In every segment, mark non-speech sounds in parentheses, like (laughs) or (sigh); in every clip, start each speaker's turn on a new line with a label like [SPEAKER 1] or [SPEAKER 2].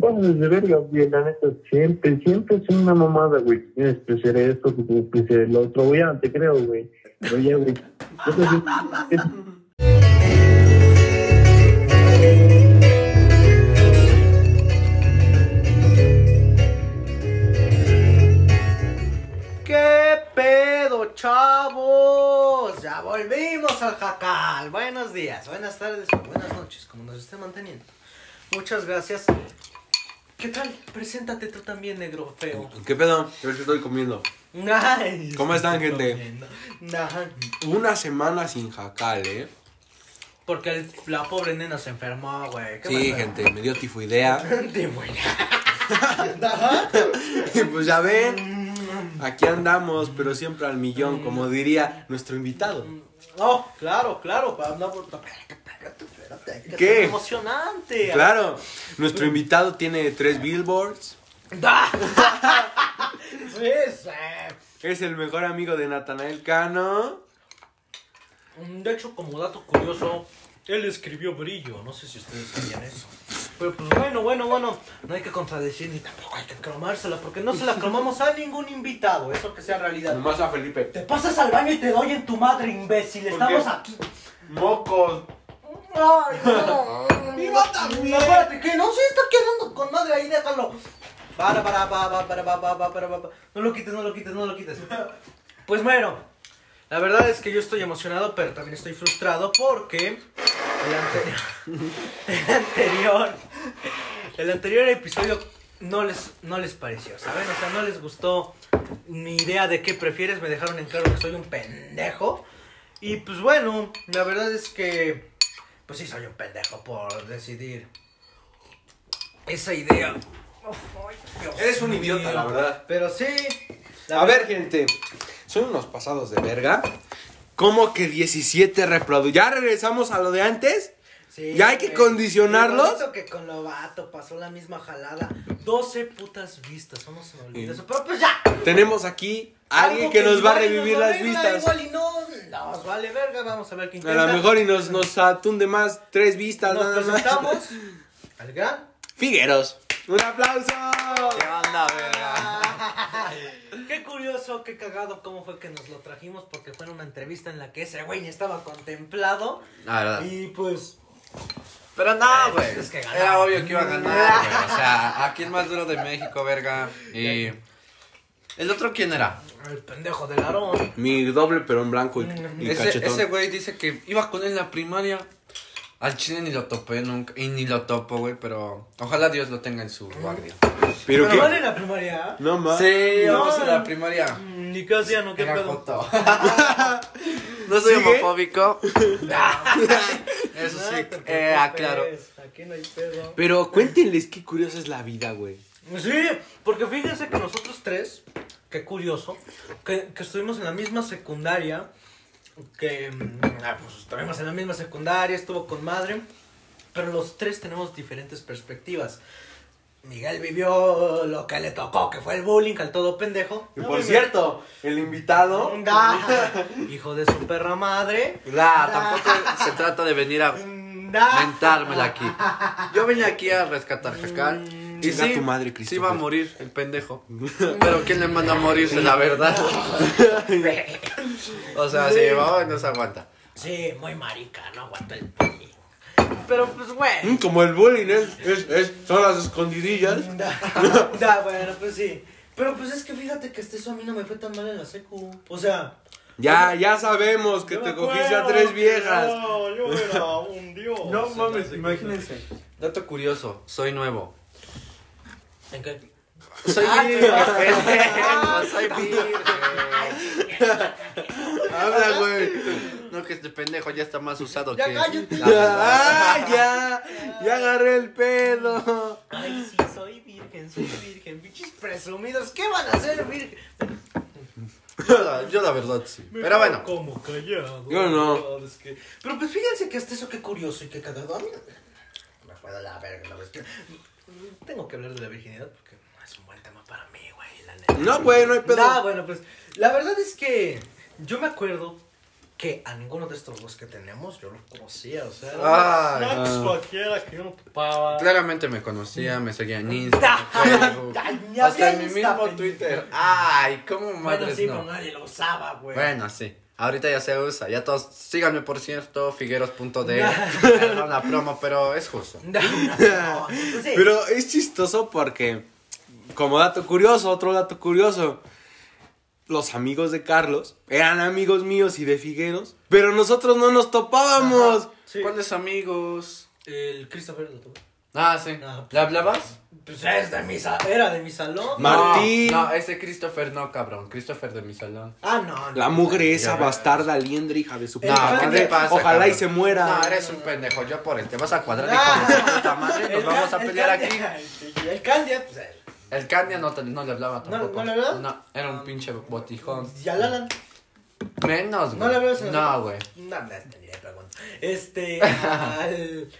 [SPEAKER 1] pases de verga, güey, la neta, siempre, siempre es una mamada, güey, tienes que hacer esto, que tienes que hacer el otro, güey, ya no te creo, güey, pero ya, güey, Entonces, es-
[SPEAKER 2] ¿Qué pedo, chavos? Ya volvimos al jacal. Buenos días, buenas tardes, buenas noches, como nos esté manteniendo. Muchas gracias. ¿Qué tal? Preséntate tú también, negro feo.
[SPEAKER 3] ¿Qué pedo? Yo es que estoy comiendo.
[SPEAKER 2] Nice.
[SPEAKER 3] ¿Cómo están, gente?
[SPEAKER 2] Nah,
[SPEAKER 3] Una semana sin jacal, ¿eh?
[SPEAKER 2] porque el- la pobre nena se enfermó, güey. ¿Qué
[SPEAKER 3] Sí,
[SPEAKER 2] pasó?
[SPEAKER 3] gente, me dio tifoidea. (laughs)
[SPEAKER 2] De buena. (laughs)
[SPEAKER 3] Y pues ya ven, aquí andamos, pero siempre al millón, como diría nuestro invitado.
[SPEAKER 2] Oh, claro, claro. pa- no, por- Espérate, espérate, espérate. que
[SPEAKER 3] ¿Qué?
[SPEAKER 2] es Emocionante.
[SPEAKER 3] Claro, nuestro invitado tiene tres billboards.
[SPEAKER 2] Da. Sí, sí.
[SPEAKER 3] Es el mejor amigo de Natanael Cano.
[SPEAKER 2] Mm, De hecho, como dato curioso, él escribió Brillo. No sé si ustedes sabían eso. Pero pues bueno, bueno, bueno. No hay que contradecir ni tampoco hay que cromársela porque no se la cromamos a ningún invitado. Eso que sea realidad.
[SPEAKER 3] Nomás a Felipe.
[SPEAKER 2] Te pasas al baño y te doy en tu madre, imbécil.
[SPEAKER 3] ¿Por
[SPEAKER 2] Estamos
[SPEAKER 3] qué?
[SPEAKER 2] aquí.
[SPEAKER 3] Mocos.
[SPEAKER 2] Ay, no. Viva también. Espérate, que no se está quedando con madre ahí, déjalo. Para, para, para, para, para, para, para, para. No lo quites, no lo quites, no lo quites. Pues bueno, la verdad es que yo estoy emocionado, pero también estoy frustrado porque el anterior, (laughs) el anterior, el anterior episodio no les, no les pareció, ¿saben? O sea, no les gustó mi idea de qué prefieres, me dejaron en claro que soy un pendejo. Y pues bueno, la verdad es que, pues sí, soy un pendejo por decidir esa idea. Uf, ay, Dios
[SPEAKER 3] Eres un idiota,
[SPEAKER 2] mío.
[SPEAKER 3] la verdad.
[SPEAKER 2] Pero sí. la
[SPEAKER 3] A ver, gente, son unos pasados de verga. ¿Cómo que 17 reproducciones? ¿Ya regresamos a lo de antes?
[SPEAKER 2] Sí,
[SPEAKER 3] ¿Ya hay que
[SPEAKER 2] güey.
[SPEAKER 3] condicionarlos?
[SPEAKER 2] Qué bonito que con lo vato pasó la misma jalada. 12 putas vistas, no se me olvida
[SPEAKER 3] Sí.
[SPEAKER 2] eso. Pero pues ya.
[SPEAKER 3] Tenemos aquí a alguien
[SPEAKER 2] Algo
[SPEAKER 3] que nos va a
[SPEAKER 2] igual y
[SPEAKER 3] revivir
[SPEAKER 2] lo
[SPEAKER 3] las
[SPEAKER 2] arregla,
[SPEAKER 3] vistas.
[SPEAKER 2] Igual y no nos vale verga, vamos a ver qué
[SPEAKER 3] A
[SPEAKER 2] intenta.
[SPEAKER 3] lo mejor y nos, nos atunde más tres vistas
[SPEAKER 2] nos
[SPEAKER 3] nada más.
[SPEAKER 2] presentamos al gran.
[SPEAKER 3] (laughs) Figueros. ¡Un aplauso!
[SPEAKER 4] ¿Qué onda, verga?
[SPEAKER 2] Qué curioso, qué cagado cómo fue que nos lo trajimos porque fue en una entrevista en la que ese güey ni estaba contemplado
[SPEAKER 4] La
[SPEAKER 3] Ah.
[SPEAKER 4] verdad.
[SPEAKER 2] y pues
[SPEAKER 4] Pero no, güey.
[SPEAKER 2] Eh, es que ganaba.
[SPEAKER 4] Era obvio que iba a ganar, güey.
[SPEAKER 2] (laughs)
[SPEAKER 4] O sea, aquí el más duro de México, verga. Y. ¿El otro quién era?
[SPEAKER 2] el pendejo del Aarón.
[SPEAKER 3] Mi doble pero en blanco y, y
[SPEAKER 4] Ese
[SPEAKER 3] cachetón.
[SPEAKER 4] ese güey dice que iba con él en la primaria. Al chile ni lo topé nunca. Y ni lo topo, güey. Pero ojalá Dios lo tenga en su guardia.
[SPEAKER 2] ¿Pero
[SPEAKER 3] Pero qué.
[SPEAKER 2] en la primaria?
[SPEAKER 3] No más.
[SPEAKER 4] Sí,
[SPEAKER 2] No.
[SPEAKER 4] vamos a la primaria.
[SPEAKER 2] Mm, Nicasiano, qué
[SPEAKER 4] Era
[SPEAKER 2] pedo.
[SPEAKER 4] joto. (laughs) No soy
[SPEAKER 3] ¿Sigue?
[SPEAKER 4] (laughs) homofóbico. Eso
[SPEAKER 2] No,
[SPEAKER 4] sí,
[SPEAKER 2] te preocupes,
[SPEAKER 4] eh, aclaro.
[SPEAKER 2] Aquí no hay pedo.
[SPEAKER 3] Pero cuéntenles qué curiosa es la vida, güey.
[SPEAKER 2] Sí, porque fíjense que nosotros tres, qué curioso, que, que estuvimos en la misma secundaria, que mm, ah, pues, estuvimos en la misma secundaria, estuvo con madre, pero los tres tenemos diferentes perspectivas. Miguel vivió lo que le tocó, que fue el bullying al todo pendejo.
[SPEAKER 3] Y
[SPEAKER 2] No,
[SPEAKER 3] por
[SPEAKER 2] Miguel.
[SPEAKER 3] cierto, el invitado.
[SPEAKER 2] Da, hijo de su perra madre.
[SPEAKER 4] Nah, tampoco se trata de venir a
[SPEAKER 2] Da.
[SPEAKER 4] mentármela aquí. Yo vine aquí a rescatar jacal. Y
[SPEAKER 3] Mm. Chinga
[SPEAKER 4] sí,
[SPEAKER 3] tu madre,
[SPEAKER 4] sí
[SPEAKER 3] Christopher.
[SPEAKER 4] va a morir el pendejo. Pero ¿quién le manda a morirse, la verdad? O sea, sí, va, no se aguanta.
[SPEAKER 2] Sí, muy marica, no aguanto el bullying. Pero pues, güey.
[SPEAKER 3] Mm, Como el bullying es, es- es- son las escondidillas.
[SPEAKER 2] Mm. Da, (laughs) da, bueno, pues sí. Pero pues es que fíjate que este eso a mí no me fue tan mal en la secu. O sea,
[SPEAKER 3] Ya, ya sabemos que
[SPEAKER 2] yo
[SPEAKER 3] te
[SPEAKER 2] me
[SPEAKER 3] cogiste a
[SPEAKER 2] acuerdo
[SPEAKER 3] tres
[SPEAKER 2] que
[SPEAKER 3] viejas.
[SPEAKER 2] No, yo era un dios.
[SPEAKER 5] No mames, imagínense.
[SPEAKER 4] Dato curioso, soy nuevo.
[SPEAKER 2] ¿En qué?
[SPEAKER 4] Soy virgen, pendejo, (laughs) soy virgen.
[SPEAKER 3] Habla, güey.
[SPEAKER 4] No, que este pendejo ya está más usado
[SPEAKER 2] Ya
[SPEAKER 4] que...
[SPEAKER 2] cállate.
[SPEAKER 4] la verdad.
[SPEAKER 3] ¡Ah, ya! ¡Ya agarré el pedo!
[SPEAKER 2] Ay, sí, soy virgen, soy virgen. Bichis presumidos, ¿qué van a hacer virgen?
[SPEAKER 4] Yo la- yo la verdad sí. Pero bueno.
[SPEAKER 2] Como callado.
[SPEAKER 3] Yo no.
[SPEAKER 2] la verdad es que- Pero pues fíjense que hasta eso qué curioso y qué cagado. A mí no me acuerdo la verga, la verdad es que- Tengo que hablar de la virginidad porque es un buen tema para mí, güey, la neta. Ah,
[SPEAKER 3] No, güey, no hay pedo.
[SPEAKER 2] No, bueno, pues la verdad es que yo me acuerdo que a ninguno de estos dos que tenemos yo los conocía, o sea.
[SPEAKER 4] Ah,
[SPEAKER 2] eran snacks
[SPEAKER 4] ah.
[SPEAKER 2] cualquiera que uno topaba.
[SPEAKER 4] Claramente me conocía, me seguía en Instagram, Facebook,
[SPEAKER 2] (laughs) Ya, ya
[SPEAKER 4] hasta en mi
[SPEAKER 2] había
[SPEAKER 4] mismo
[SPEAKER 2] Insta, pendejo.
[SPEAKER 4] Twitter. Ay, cómo
[SPEAKER 2] Bueno,
[SPEAKER 4] madres
[SPEAKER 2] sí, pues,
[SPEAKER 4] no.
[SPEAKER 2] pero nadie lo usaba, güey.
[SPEAKER 4] Bueno, sí. Ahorita ya se usa, ya todos, síganme por cierto, figueros.de,
[SPEAKER 2] (laughs)
[SPEAKER 4] era una promo, pero es justo.
[SPEAKER 2] (laughs) No, no, no, sí.
[SPEAKER 3] (laughs) Pero es chistoso porque, como dato curioso, otro dato curioso, los amigos de Carlos eran amigos míos y de Figueros, pero nosotros no nos topábamos.
[SPEAKER 2] Sí.
[SPEAKER 4] ¿Cuáles amigos?
[SPEAKER 2] El Christopher lo tuvo.
[SPEAKER 4] Ah, sí.
[SPEAKER 2] No.
[SPEAKER 4] ¿Le hablabas?
[SPEAKER 2] Pues es de mi sa- era de mi salón.
[SPEAKER 3] Ma- Martín.
[SPEAKER 4] No, no, ese Christopher no, cabrón, Christopher de mi salón.
[SPEAKER 2] Ah, no, no.
[SPEAKER 3] La mugre esa
[SPEAKER 4] Ya.
[SPEAKER 3] bastarda liendra, hija de su
[SPEAKER 2] No,
[SPEAKER 3] puta
[SPEAKER 2] ¿qué
[SPEAKER 3] madre.
[SPEAKER 2] te
[SPEAKER 4] pasa,
[SPEAKER 3] Ojalá y
[SPEAKER 4] cabrón?
[SPEAKER 3] se muera.
[SPEAKER 4] No, eres un pendejo, yo por él, te vas a cuadrar,
[SPEAKER 2] Ah.
[SPEAKER 4] hijo de tu puta madre,
[SPEAKER 2] El
[SPEAKER 4] nos vamos a
[SPEAKER 2] Can- el
[SPEAKER 4] pelear aquí.
[SPEAKER 2] Candia, el- El Candia, pues eh,
[SPEAKER 4] El Candia no, te- no le hablaba
[SPEAKER 2] ¿No-
[SPEAKER 4] tampoco.
[SPEAKER 2] no le hablaba?
[SPEAKER 4] No, era un pinche botijón.
[SPEAKER 2] Y al Alan.
[SPEAKER 4] Menos, güey.
[SPEAKER 2] No le hablabas en
[SPEAKER 4] No, güey.
[SPEAKER 2] No, no, no, ni le pregunto. Este. Al.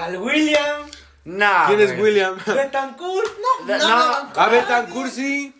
[SPEAKER 2] Al William.
[SPEAKER 4] No,
[SPEAKER 3] ¿Quién es
[SPEAKER 4] güey.
[SPEAKER 3] William? (laughs)
[SPEAKER 2] Betancourt. No,
[SPEAKER 4] No.
[SPEAKER 2] no.
[SPEAKER 3] A ver, tan cursi.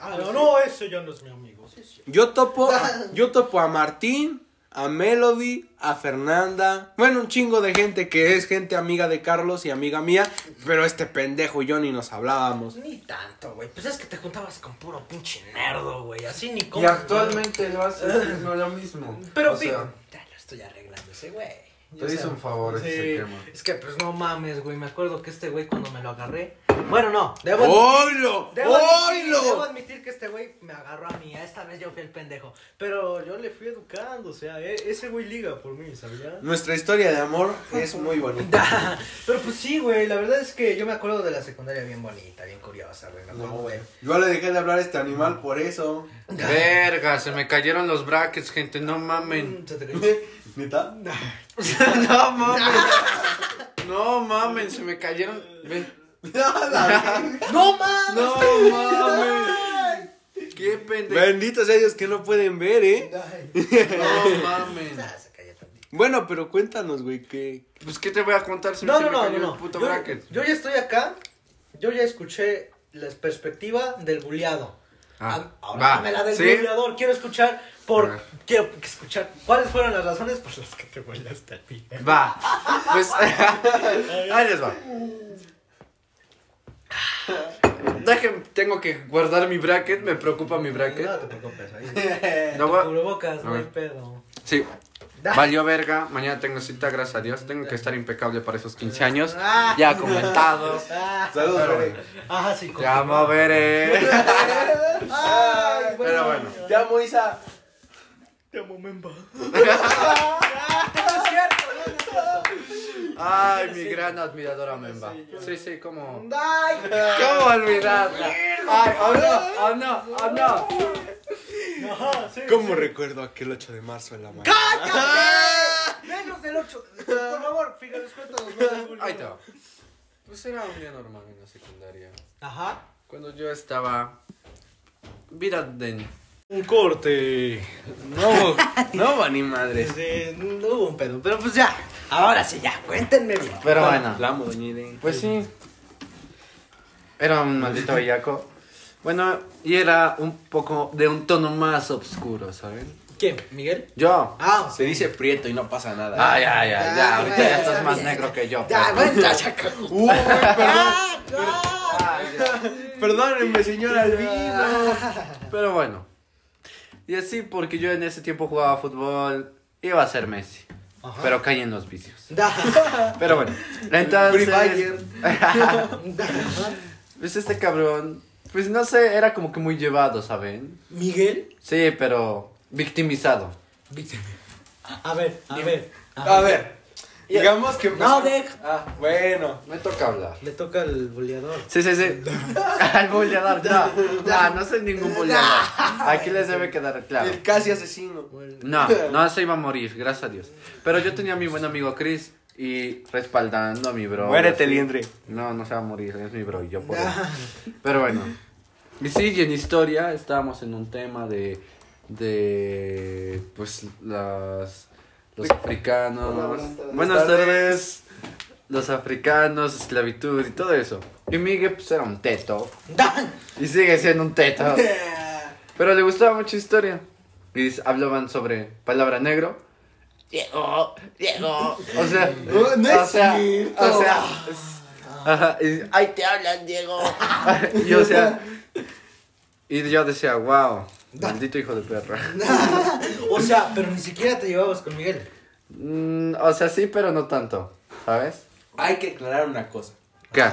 [SPEAKER 2] Ah, no, no, ese ya no es mi amigo. Sí, sí.
[SPEAKER 3] Yo topo, a- yo topo a Martín, a Melody, a Fernanda. Bueno, un chingo de gente que es gente amiga de Carlos y amiga mía. Pero este pendejo y yo ni nos hablábamos.
[SPEAKER 2] Ni tanto, güey. Pues es que te juntabas con puro pinche nerdo, güey. Así ni
[SPEAKER 4] Y
[SPEAKER 2] con.
[SPEAKER 4] actualmente lo haces no lo mismo.
[SPEAKER 2] Pero
[SPEAKER 4] o
[SPEAKER 2] sí.
[SPEAKER 4] sea,
[SPEAKER 2] Ya lo estoy arreglando ese güey.
[SPEAKER 4] Te
[SPEAKER 2] Yo
[SPEAKER 4] hizo
[SPEAKER 2] sé.
[SPEAKER 4] un favor, ese se quema.
[SPEAKER 2] Es que pues no mames, güey. Me acuerdo que este güey cuando me lo agarré. Bueno, no. Debo,
[SPEAKER 4] ¡Oh!
[SPEAKER 3] ¡Oilo!
[SPEAKER 2] debo, admitir, debo
[SPEAKER 3] ¡Oilo!
[SPEAKER 2] admitir que este güey me agarró a mí. Esta vez yo fui el pendejo. Pero yo le fui educando. O sea, e- ese güey liga por mí, ¿sabías?
[SPEAKER 3] Nuestra historia de amor es muy bonita.
[SPEAKER 2] Da. Pero pues sí, güey. La verdad es que yo me acuerdo de la secundaria bien bonita, bien curiosa, güey. Me acuerdo, güey.
[SPEAKER 3] Yo le dejé de hablar a este animal por eso.
[SPEAKER 4] Verga, se me cayeron los brackets, gente, no mamen.
[SPEAKER 2] Mm, se te cayó.
[SPEAKER 3] ¿Neta?
[SPEAKER 4] (laughs)
[SPEAKER 3] (laughs)
[SPEAKER 4] no mamen. no mamen, se me cayeron. Ven.
[SPEAKER 2] ¡No mames!
[SPEAKER 4] No mamen. Qué pendejo.
[SPEAKER 3] Benditos sea Dios que no pueden ver, ¿eh?
[SPEAKER 2] Ay.
[SPEAKER 4] No mamen.
[SPEAKER 2] Ah, se cayó tantito.
[SPEAKER 3] Bueno, pero cuéntanos, güey, que...
[SPEAKER 4] Pues qué te voy a contar si
[SPEAKER 2] No,
[SPEAKER 4] se
[SPEAKER 2] no,
[SPEAKER 4] me
[SPEAKER 2] no,
[SPEAKER 4] cayó
[SPEAKER 2] no.
[SPEAKER 4] el
[SPEAKER 2] no.
[SPEAKER 4] puto
[SPEAKER 2] Yo,
[SPEAKER 4] bracket.
[SPEAKER 2] yo ya estoy acá. Yo ya escuché la perspectiva del buleado.
[SPEAKER 4] Ah,
[SPEAKER 2] Ah, Ahora
[SPEAKER 4] va,
[SPEAKER 2] dame la del
[SPEAKER 4] ¿sí?
[SPEAKER 2] buleador. Quiero escuchar
[SPEAKER 4] A
[SPEAKER 2] por
[SPEAKER 4] ver.
[SPEAKER 2] quiero escuchar cuáles fueron las razones por las que te buleaste a ti.
[SPEAKER 4] Va. Pues (laughs) ahí les va. Dejen, tengo que guardar mi bracket, me preocupa mi
[SPEAKER 2] No
[SPEAKER 4] bracket.
[SPEAKER 2] te preocupes,
[SPEAKER 4] (laughs)
[SPEAKER 2] ahí.
[SPEAKER 4] No va-
[SPEAKER 2] Cubrebocas, no
[SPEAKER 4] A
[SPEAKER 2] hay
[SPEAKER 4] ver.
[SPEAKER 2] pedo.
[SPEAKER 4] Sí.
[SPEAKER 2] (laughs) Da.
[SPEAKER 4] Valió verga, mañana tengo cita, gracias a Dios. Tengo que estar impecable para esos 15 años.
[SPEAKER 2] Ah.
[SPEAKER 4] Ya comentado.
[SPEAKER 2] Ah,
[SPEAKER 3] Saludos, Fede.
[SPEAKER 2] ah, sí, con-
[SPEAKER 4] Ya me veré.
[SPEAKER 2] Ay, bueno.
[SPEAKER 4] Pero bueno.
[SPEAKER 3] Ya, Moisa.
[SPEAKER 2] Te amo, Memba. Ah, no es cierto, no, no es cierto.
[SPEAKER 4] Ay, mi gran admiradora Memba. Sí, sí, como. (laughs)
[SPEAKER 2] Ay,
[SPEAKER 4] ¿Cómo olvidarla? Ay, oh no, oh no, oh no.
[SPEAKER 2] ajá, sí,
[SPEAKER 3] ¿Cómo
[SPEAKER 2] sí.
[SPEAKER 3] recuerdo aquel 8 de marzo en la mañana?
[SPEAKER 2] ¡Cállate! Menos del 8. Por favor, Figueres, cuéntanos. ¿no? del bullying.
[SPEAKER 4] Ahí te va. Pues era un día normal en la secundaria.
[SPEAKER 2] Ajá.
[SPEAKER 4] Cuando yo estaba. Vida de.
[SPEAKER 2] Un corte.
[SPEAKER 3] No, no, ni madres.
[SPEAKER 2] no hubo un pedo, pero pues ya. Ahora sí, ya. Cuéntenme bien.
[SPEAKER 4] Pero
[SPEAKER 3] La amo, doña Irene.
[SPEAKER 4] Pues sí. Era un maldito bellaco. Bueno, y era un poco de un tono más oscuro, ¿saben?
[SPEAKER 2] ¿Quién? ¿Miguel?
[SPEAKER 4] Yo.
[SPEAKER 2] Ah,
[SPEAKER 3] Se dice prieto y no pasa nada.
[SPEAKER 4] Ay, ay, ay, ya,
[SPEAKER 2] Ya,
[SPEAKER 4] ahorita
[SPEAKER 2] güey,
[SPEAKER 4] ya estás
[SPEAKER 2] está
[SPEAKER 4] más
[SPEAKER 2] bien.
[SPEAKER 4] negro que yo.
[SPEAKER 2] Ah, Ya,
[SPEAKER 4] pues.
[SPEAKER 2] bueno, ya, ya.
[SPEAKER 3] Uy, perdón.
[SPEAKER 4] Ay, ya.
[SPEAKER 3] Perdónenme, señor Albino.
[SPEAKER 4] Pero bueno. Y así porque yo en ese tiempo jugaba fútbol, iba a ser Messi.
[SPEAKER 2] Ajá.
[SPEAKER 4] Pero caí en los vicios.
[SPEAKER 2] Da.
[SPEAKER 4] Pero bueno, entonces...
[SPEAKER 2] Da.
[SPEAKER 4] pues este cabrón, pues no sé, era como que muy llevado, ¿saben?
[SPEAKER 2] ¿Miguel?
[SPEAKER 4] Sí, pero victimizado.
[SPEAKER 2] Víctor. A ver, a ver.
[SPEAKER 3] A ver, digamos que...
[SPEAKER 2] Ah. No, deja.
[SPEAKER 3] Ah, bueno.
[SPEAKER 4] Me toca hablar.
[SPEAKER 2] Le toca al (laughs) boleador.
[SPEAKER 4] Sí, sí, (laughs) sí. Al boleador, no. No, no soy ningún boleador. Aquí les debe quedar claro.
[SPEAKER 3] El casi asesino.
[SPEAKER 4] No, no se iba a morir, gracias a Dios. Pero yo tenía a mi buen amigo Chris y respaldando a mi bro.
[SPEAKER 3] Muérete,
[SPEAKER 4] así.
[SPEAKER 3] liendre.
[SPEAKER 4] No, no se va a morir, es mi bro y yo por él.
[SPEAKER 3] Ah.
[SPEAKER 4] Pero bueno. Y sí, y en historia estábamos en un tema de. de. pues las. los africanos.
[SPEAKER 3] Pues, Hola, buenas tardes.
[SPEAKER 4] Buenas tardes. Los africanos, esclavitud y todo eso. Y Miguel pues era un teto.
[SPEAKER 2] Da.
[SPEAKER 3] (laughs)
[SPEAKER 4] Y sigue siendo un teto. Pero le gustaba mucho historia. y dice- hablaban sobre palabra negro. Diego, Diego. O sea,
[SPEAKER 3] Oh, No, no
[SPEAKER 4] o
[SPEAKER 3] es
[SPEAKER 4] sea,
[SPEAKER 3] cierto.
[SPEAKER 4] o sea, es- ajá, y dice, ay, te hablan, Diego. y o sea, y yo decía, wow, maldito hijo de perra.
[SPEAKER 2] O sea, pero ni siquiera te llevabas con Miguel.
[SPEAKER 4] Mm, o sea, sí, pero no tanto, ¿sabes?
[SPEAKER 3] Hay que aclarar una cosa.
[SPEAKER 4] ¿Qué?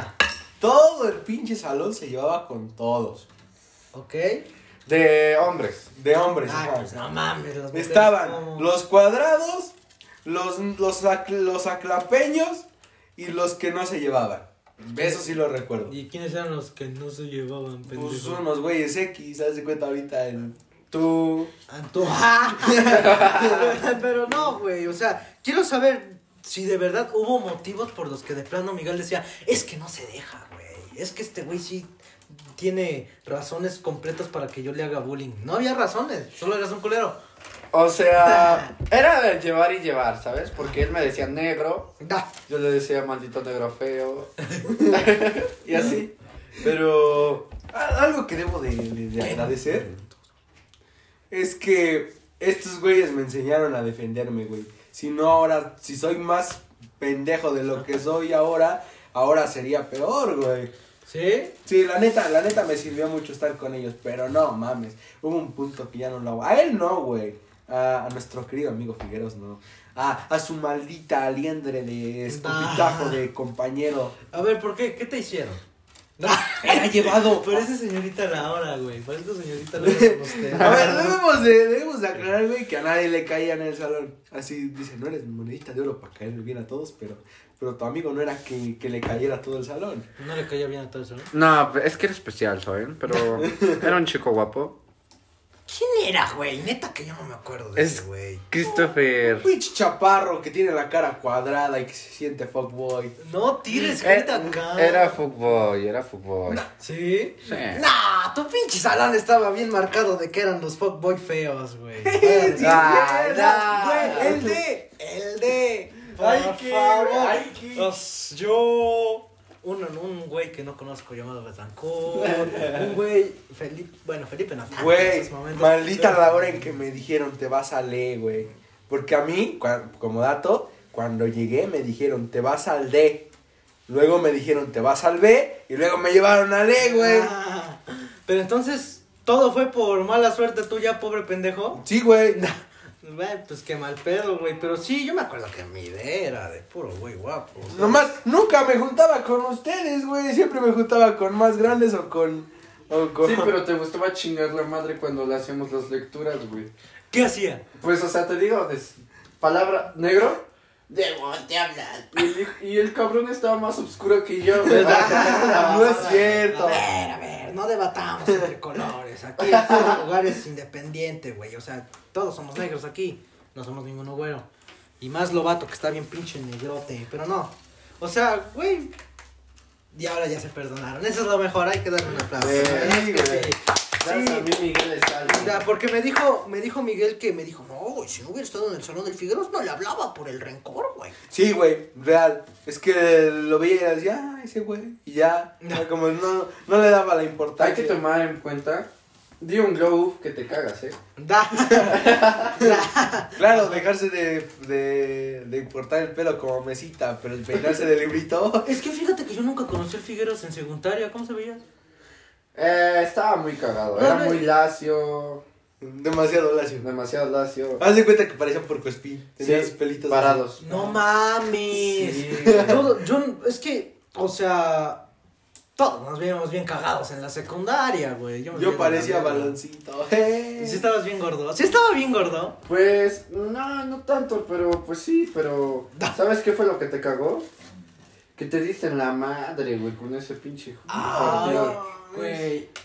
[SPEAKER 3] Todo el pinche salón se llevaba con todos.
[SPEAKER 2] ¿Ok?
[SPEAKER 4] De hombres.
[SPEAKER 3] De hombres.
[SPEAKER 2] Ah,
[SPEAKER 3] ajá.
[SPEAKER 2] pues no mames. las mujeres no.
[SPEAKER 3] Estaban los cuadrados, los, los, ac- los aclapeños y los que no se llevaban. Eso sí lo recuerdo.
[SPEAKER 6] ¿Y quiénes eran los que no se llevaban,
[SPEAKER 3] Pues
[SPEAKER 6] pendejo?
[SPEAKER 3] unos güeyes X, haz de cuenta ahorita el tú.
[SPEAKER 2] Anto- (laughs) Pero no, güey, o sea, quiero saber si de verdad hubo motivos por los que de plano Miguel decía, es que no se deja, güey, es que este güey sí tiene razones completas para que yo le haga bullying. No había razones, solo eras un culero.
[SPEAKER 4] O sea, era de llevar y llevar, ¿sabes? Porque él me decía negro,
[SPEAKER 2] Da.
[SPEAKER 4] Yo le decía maldito negro feo. y así. Pero.
[SPEAKER 3] A- Algo que debo de, de- de agradecer es que estos güeyes me enseñaron a defenderme, güey. Si no ahora, si soy más pendejo de lo que soy ahora, ahora sería peor, güey.
[SPEAKER 2] ¿Sí?
[SPEAKER 3] Sí, la neta, la neta me sirvió mucho estar con ellos, pero no mames. Hubo un punto que ya no lo hago. A él no, güey. A, a nuestro querido amigo Figueros no. A, a su maldita aliendre de escupitajo de compañero.
[SPEAKER 2] A ver, ¿por qué? ¿Qué te hicieron? (laughs)
[SPEAKER 3] Era llevado.
[SPEAKER 6] Parece señorita Laura, güey. Parece señorita Laura con usted.
[SPEAKER 3] A
[SPEAKER 6] (laughs)
[SPEAKER 3] ver, debemos de, debemos de aclarar, güey, que a nadie le caía en el salón. Así dice, no eres monedita de oro para caerle bien a todos, pero, pero tu amigo no era que, que le cayera a todo el salón.
[SPEAKER 2] No le caía bien a todo eso.
[SPEAKER 4] No, es que era especial, ¿saben? Pero era un chico guapo.
[SPEAKER 2] ¿Quién era, güey? Neta que yo no me acuerdo de
[SPEAKER 4] Es
[SPEAKER 2] ese güey.
[SPEAKER 4] Christopher.
[SPEAKER 3] Pinche chaparro que tiene la cara cuadrada y que se siente fuckboy.
[SPEAKER 2] No tires
[SPEAKER 4] Eh,
[SPEAKER 2] gente acá.
[SPEAKER 4] Era fútbol, era fútbol.
[SPEAKER 2] ¿Sí?
[SPEAKER 4] Sí.
[SPEAKER 2] Nah, tu pinche salón estaba bien marcado de que eran los fuckboy feos, güey.
[SPEAKER 4] Ah, no.
[SPEAKER 2] Güey, el de, el de. Por
[SPEAKER 6] Ay, qué,
[SPEAKER 2] favor.
[SPEAKER 6] ay, qué.
[SPEAKER 2] Os- yo. Un, un güey que no conozco llamado Betancourt. un güey, Felipe. Bueno, Felipe no. tanto en
[SPEAKER 3] (laughs) Güey,
[SPEAKER 2] esos momentos,
[SPEAKER 3] maldita
[SPEAKER 2] pero-
[SPEAKER 3] la hora en que me dijeron te vas a Le, güey. Porque a mí, cua- como dato, cuando llegué me dijeron te vas al D. Luego me dijeron te vas al B. Y luego me llevaron a Le, güey.
[SPEAKER 2] Ah, pero entonces, todo fue por mala suerte tuya, pobre pendejo.
[SPEAKER 3] Sí, güey. (laughs)
[SPEAKER 2] Güey, pues qué mal pedo, güey. Pero sí, yo me acuerdo que mi idea era de puro güey guapo.
[SPEAKER 3] Nomás, nunca me juntaba con ustedes, güey. Siempre me juntaba con más grandes o con. O con...
[SPEAKER 4] Sí, pero te gustaba chingar la madre cuando le hacíamos las lecturas, güey.
[SPEAKER 2] ¿Qué hacía?
[SPEAKER 4] Pues, o sea, te digo, des- palabra negro. Debo te hablar. Y el, y el cabrón estaba más oscuro que yo,
[SPEAKER 2] (laughs)
[SPEAKER 4] güey.
[SPEAKER 3] (laughs) no es cierto.
[SPEAKER 2] A ver, a ver, no debatamos entre colores. Aquí este lugar es independiente, güey. O sea, todos somos negros aquí. No somos ninguno güero. Y más Lobato, que está bien pinche negrote. Pero no. O sea, güey. Y ahora ya se perdonaron. Eso es lo mejor. Hay que darle un aplauso.
[SPEAKER 4] Sí,
[SPEAKER 2] Es que
[SPEAKER 4] güey.
[SPEAKER 2] sí.
[SPEAKER 4] Gracias a mí, Miguel está alto.
[SPEAKER 2] O sea, porque me dijo, me dijo Miguel que me dijo, no, güey, si no hubiera estado en el salón del Figueros no le hablaba por el rencor, güey.
[SPEAKER 3] Sí, güey, real. Es que lo veía y decía, ah, ese güey. Y ya. Como no, no le daba la importancia.
[SPEAKER 4] Hay que tomar en cuenta. Di un glow que te cagas, eh.
[SPEAKER 2] Da.
[SPEAKER 3] Claro, dejarse de, de, de cortar el pelo como mesita, pero peinarse de librito. (laughs)
[SPEAKER 2] Es que fíjate que yo nunca conocí al Figueros en secundaria. ¿Cómo se veía?
[SPEAKER 4] Eh, estaba muy cagado.
[SPEAKER 2] No,
[SPEAKER 4] Era
[SPEAKER 2] no,
[SPEAKER 4] muy
[SPEAKER 2] es-
[SPEAKER 4] lacio.
[SPEAKER 3] Demasiado lacio.
[SPEAKER 4] Demasiado lacio.
[SPEAKER 3] Haz de cuenta que parecían porcoespín. Tenían
[SPEAKER 4] Sí,
[SPEAKER 3] pelitos.
[SPEAKER 4] parados.
[SPEAKER 2] No mames.
[SPEAKER 4] Sí.
[SPEAKER 2] Todo- yo, es que, o sea, todos nos veíamos bien cagados en la secundaria, güey. me
[SPEAKER 3] Yo
[SPEAKER 2] veía de la
[SPEAKER 3] parecía
[SPEAKER 2] verga.
[SPEAKER 3] baloncito. (laughs)
[SPEAKER 2] ¿Y si estabas bien gordo? Sí, estaba bien gordo.
[SPEAKER 4] Pues, no, no tanto, pero pues sí, pero. ¿Sabes qué fue lo que te cagó? Que te dicen la madre, güey, con ese pinche. partido.
[SPEAKER 2] güey. Ah,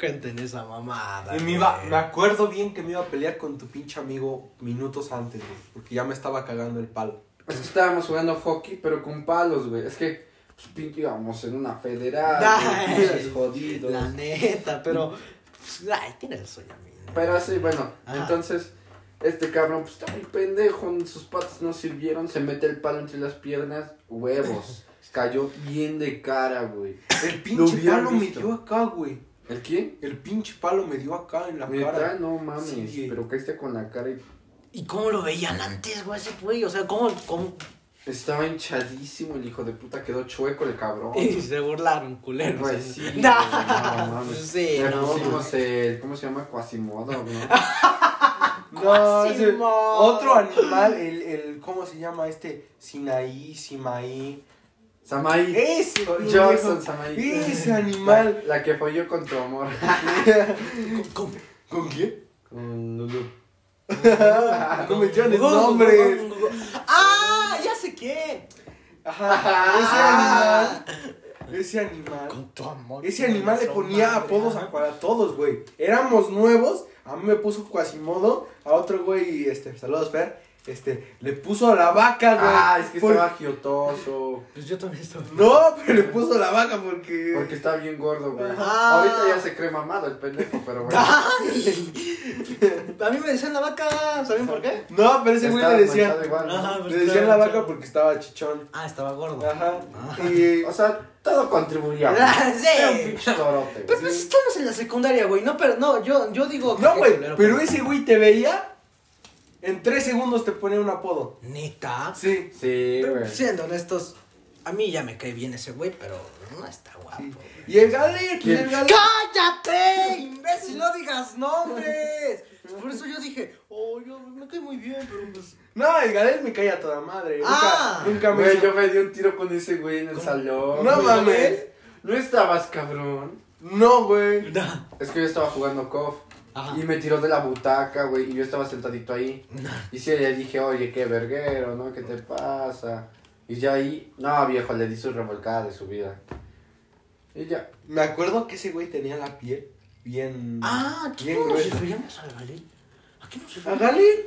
[SPEAKER 2] Cuenten esa mamada.
[SPEAKER 3] Y me,
[SPEAKER 2] güey.
[SPEAKER 3] iba, me acuerdo bien que me iba a pelear con tu pinche amigo minutos antes, güey, porque ya me estaba cagando el palo.
[SPEAKER 4] Pues Es que estábamos jugando hockey, pero con palos, güey. Es que, pues, pinche, íbamos en una
[SPEAKER 3] (laughs)
[SPEAKER 4] federal.
[SPEAKER 2] Ay.
[SPEAKER 4] güey, pinches jodidos.
[SPEAKER 2] La neta, pero. pues, Ay, tiene el sueño, amigo.
[SPEAKER 4] Pero así, bueno,
[SPEAKER 3] Ah.
[SPEAKER 2] Ajá.
[SPEAKER 4] entonces este cabrón, pues está muy pendejo, sus patas no sirvieron, se mete el palo entre las piernas,
[SPEAKER 3] (laughs)
[SPEAKER 4] huevos. Cayó bien de cara, güey.
[SPEAKER 3] El
[SPEAKER 4] Lo
[SPEAKER 3] pinche
[SPEAKER 4] hubiera
[SPEAKER 3] palo me
[SPEAKER 4] visto.
[SPEAKER 3] dio acá, güey.
[SPEAKER 4] ¿El quién?
[SPEAKER 3] El pinche palo me dio acá en la
[SPEAKER 4] Neta,
[SPEAKER 3] cara.
[SPEAKER 4] no mames,
[SPEAKER 3] Sí, güey.
[SPEAKER 4] pero caíste con la cara y
[SPEAKER 2] ¿Y cómo lo veían antes, güey? Ese güey, o sea, ¿cómo, cómo?
[SPEAKER 4] estaba hinchadísimo el hijo de puta, quedó chueco el cabrón.
[SPEAKER 2] Y se burlaron, culeros.
[SPEAKER 4] Güey,
[SPEAKER 2] ¿eh? (laughs)
[SPEAKER 3] (laughs)
[SPEAKER 4] Pues sí, güey,
[SPEAKER 2] No.
[SPEAKER 4] no mames.
[SPEAKER 2] Sí,
[SPEAKER 4] Le
[SPEAKER 2] no,
[SPEAKER 4] pusimos el, ¿cómo se llama? Quasimodo, ¿no?
[SPEAKER 3] No, ese-
[SPEAKER 2] Quasimodo.
[SPEAKER 3] otro animal, el, el, ¿cómo se llama este? Sinaí, Simaí.
[SPEAKER 4] Samaí.
[SPEAKER 3] Ese,
[SPEAKER 4] Johnson
[SPEAKER 3] pendejo.
[SPEAKER 4] Samaí.
[SPEAKER 3] Eh, Ese
[SPEAKER 4] La,
[SPEAKER 3] animal.
[SPEAKER 4] la que folló con tu amor.
[SPEAKER 2] ¿Cómo?
[SPEAKER 3] (laughs) ¿Con quién?
[SPEAKER 4] Con Lulu.
[SPEAKER 3] (laughs) No menciones nombres.
[SPEAKER 2] ¡Ah! ¡Ya sé quién!
[SPEAKER 4] Ah.
[SPEAKER 3] Ajá, ese animal. Ese animal.
[SPEAKER 2] Con tu amor.
[SPEAKER 3] Ese animal le ponía apodos a, para todos, güey. Éramos nuevos. A mí me puso Quasimodo. A otro güey, este, saludos, Fer. Este, le puso a la vaca, güey.
[SPEAKER 4] Ah, es que
[SPEAKER 3] Por-
[SPEAKER 4] estaba giotoso.
[SPEAKER 2] Pues yo también estaba.
[SPEAKER 3] No, pero le puso la vaca porque.
[SPEAKER 4] Porque está bien gordo, güey.
[SPEAKER 2] Ajá.
[SPEAKER 4] Ahorita ya se cree mamado el pendejo,
[SPEAKER 3] (laughs)
[SPEAKER 4] pero bueno.
[SPEAKER 3] Ah,
[SPEAKER 2] ¡Ay! A mí me decían la vaca, ¿saben por qué?
[SPEAKER 3] No, pero ese güey
[SPEAKER 4] Estaba
[SPEAKER 3] le decía.
[SPEAKER 4] manchado igual, ¿no?
[SPEAKER 2] Ajá.
[SPEAKER 3] Le decían la vaca porque estaba chichón.
[SPEAKER 2] Ah, estaba gordo.
[SPEAKER 3] Ajá. Y.
[SPEAKER 4] O sea, todo contribuía.
[SPEAKER 3] (laughs)
[SPEAKER 4] güey.
[SPEAKER 2] Ah, sí.
[SPEAKER 4] Era un pinche torote,
[SPEAKER 2] Pero
[SPEAKER 4] güey.
[SPEAKER 2] pues estamos en la secundaria, güey. No, pero no, yo, yo digo.
[SPEAKER 3] No,
[SPEAKER 2] qué
[SPEAKER 3] güey,
[SPEAKER 2] culero,
[SPEAKER 3] pero ese güey te veía. En tres segundos te ponía un apodo.
[SPEAKER 2] Neta.
[SPEAKER 3] Sí.
[SPEAKER 4] Sí,
[SPEAKER 2] Pero,
[SPEAKER 4] güey.
[SPEAKER 2] siendo honestos, a mí ya me cae bien ese güey, pero no está guapo.
[SPEAKER 3] Y el gale, y el gale.
[SPEAKER 2] ¡Cállate! ¡Imbécil! ¡No digas nombres! Por eso yo dije, oh, yo me cae muy bien, pero pues.
[SPEAKER 3] No, el Galés me caía a toda madre. Nunca,
[SPEAKER 2] Ah.
[SPEAKER 3] nunca me.
[SPEAKER 4] Güey,
[SPEAKER 3] hizo-
[SPEAKER 4] yo me di un tiro con ese güey en el salón.
[SPEAKER 3] No
[SPEAKER 4] güey.
[SPEAKER 3] mames.
[SPEAKER 4] No estabas, cabrón.
[SPEAKER 3] No, güey.
[SPEAKER 4] Es que yo estaba jugando COF.
[SPEAKER 2] Ajá.
[SPEAKER 4] Y me tiró de la butaca, güey. Y yo estaba sentadito
[SPEAKER 2] (laughs)
[SPEAKER 4] ahí. Y sí, le dije, oye, qué verguero, ¿no? ¿Qué te pasa? Y ya ahí, no, viejo, le di su revolcada de su vida. Y ya.
[SPEAKER 3] Me acuerdo que ese güey tenía la piel bien.
[SPEAKER 2] Ah, ¿tú
[SPEAKER 3] bien
[SPEAKER 2] no nos
[SPEAKER 3] gruesa.
[SPEAKER 2] referíamos a Galil? ¿A qué nos
[SPEAKER 3] ¿A
[SPEAKER 2] referíamos?
[SPEAKER 3] Galil?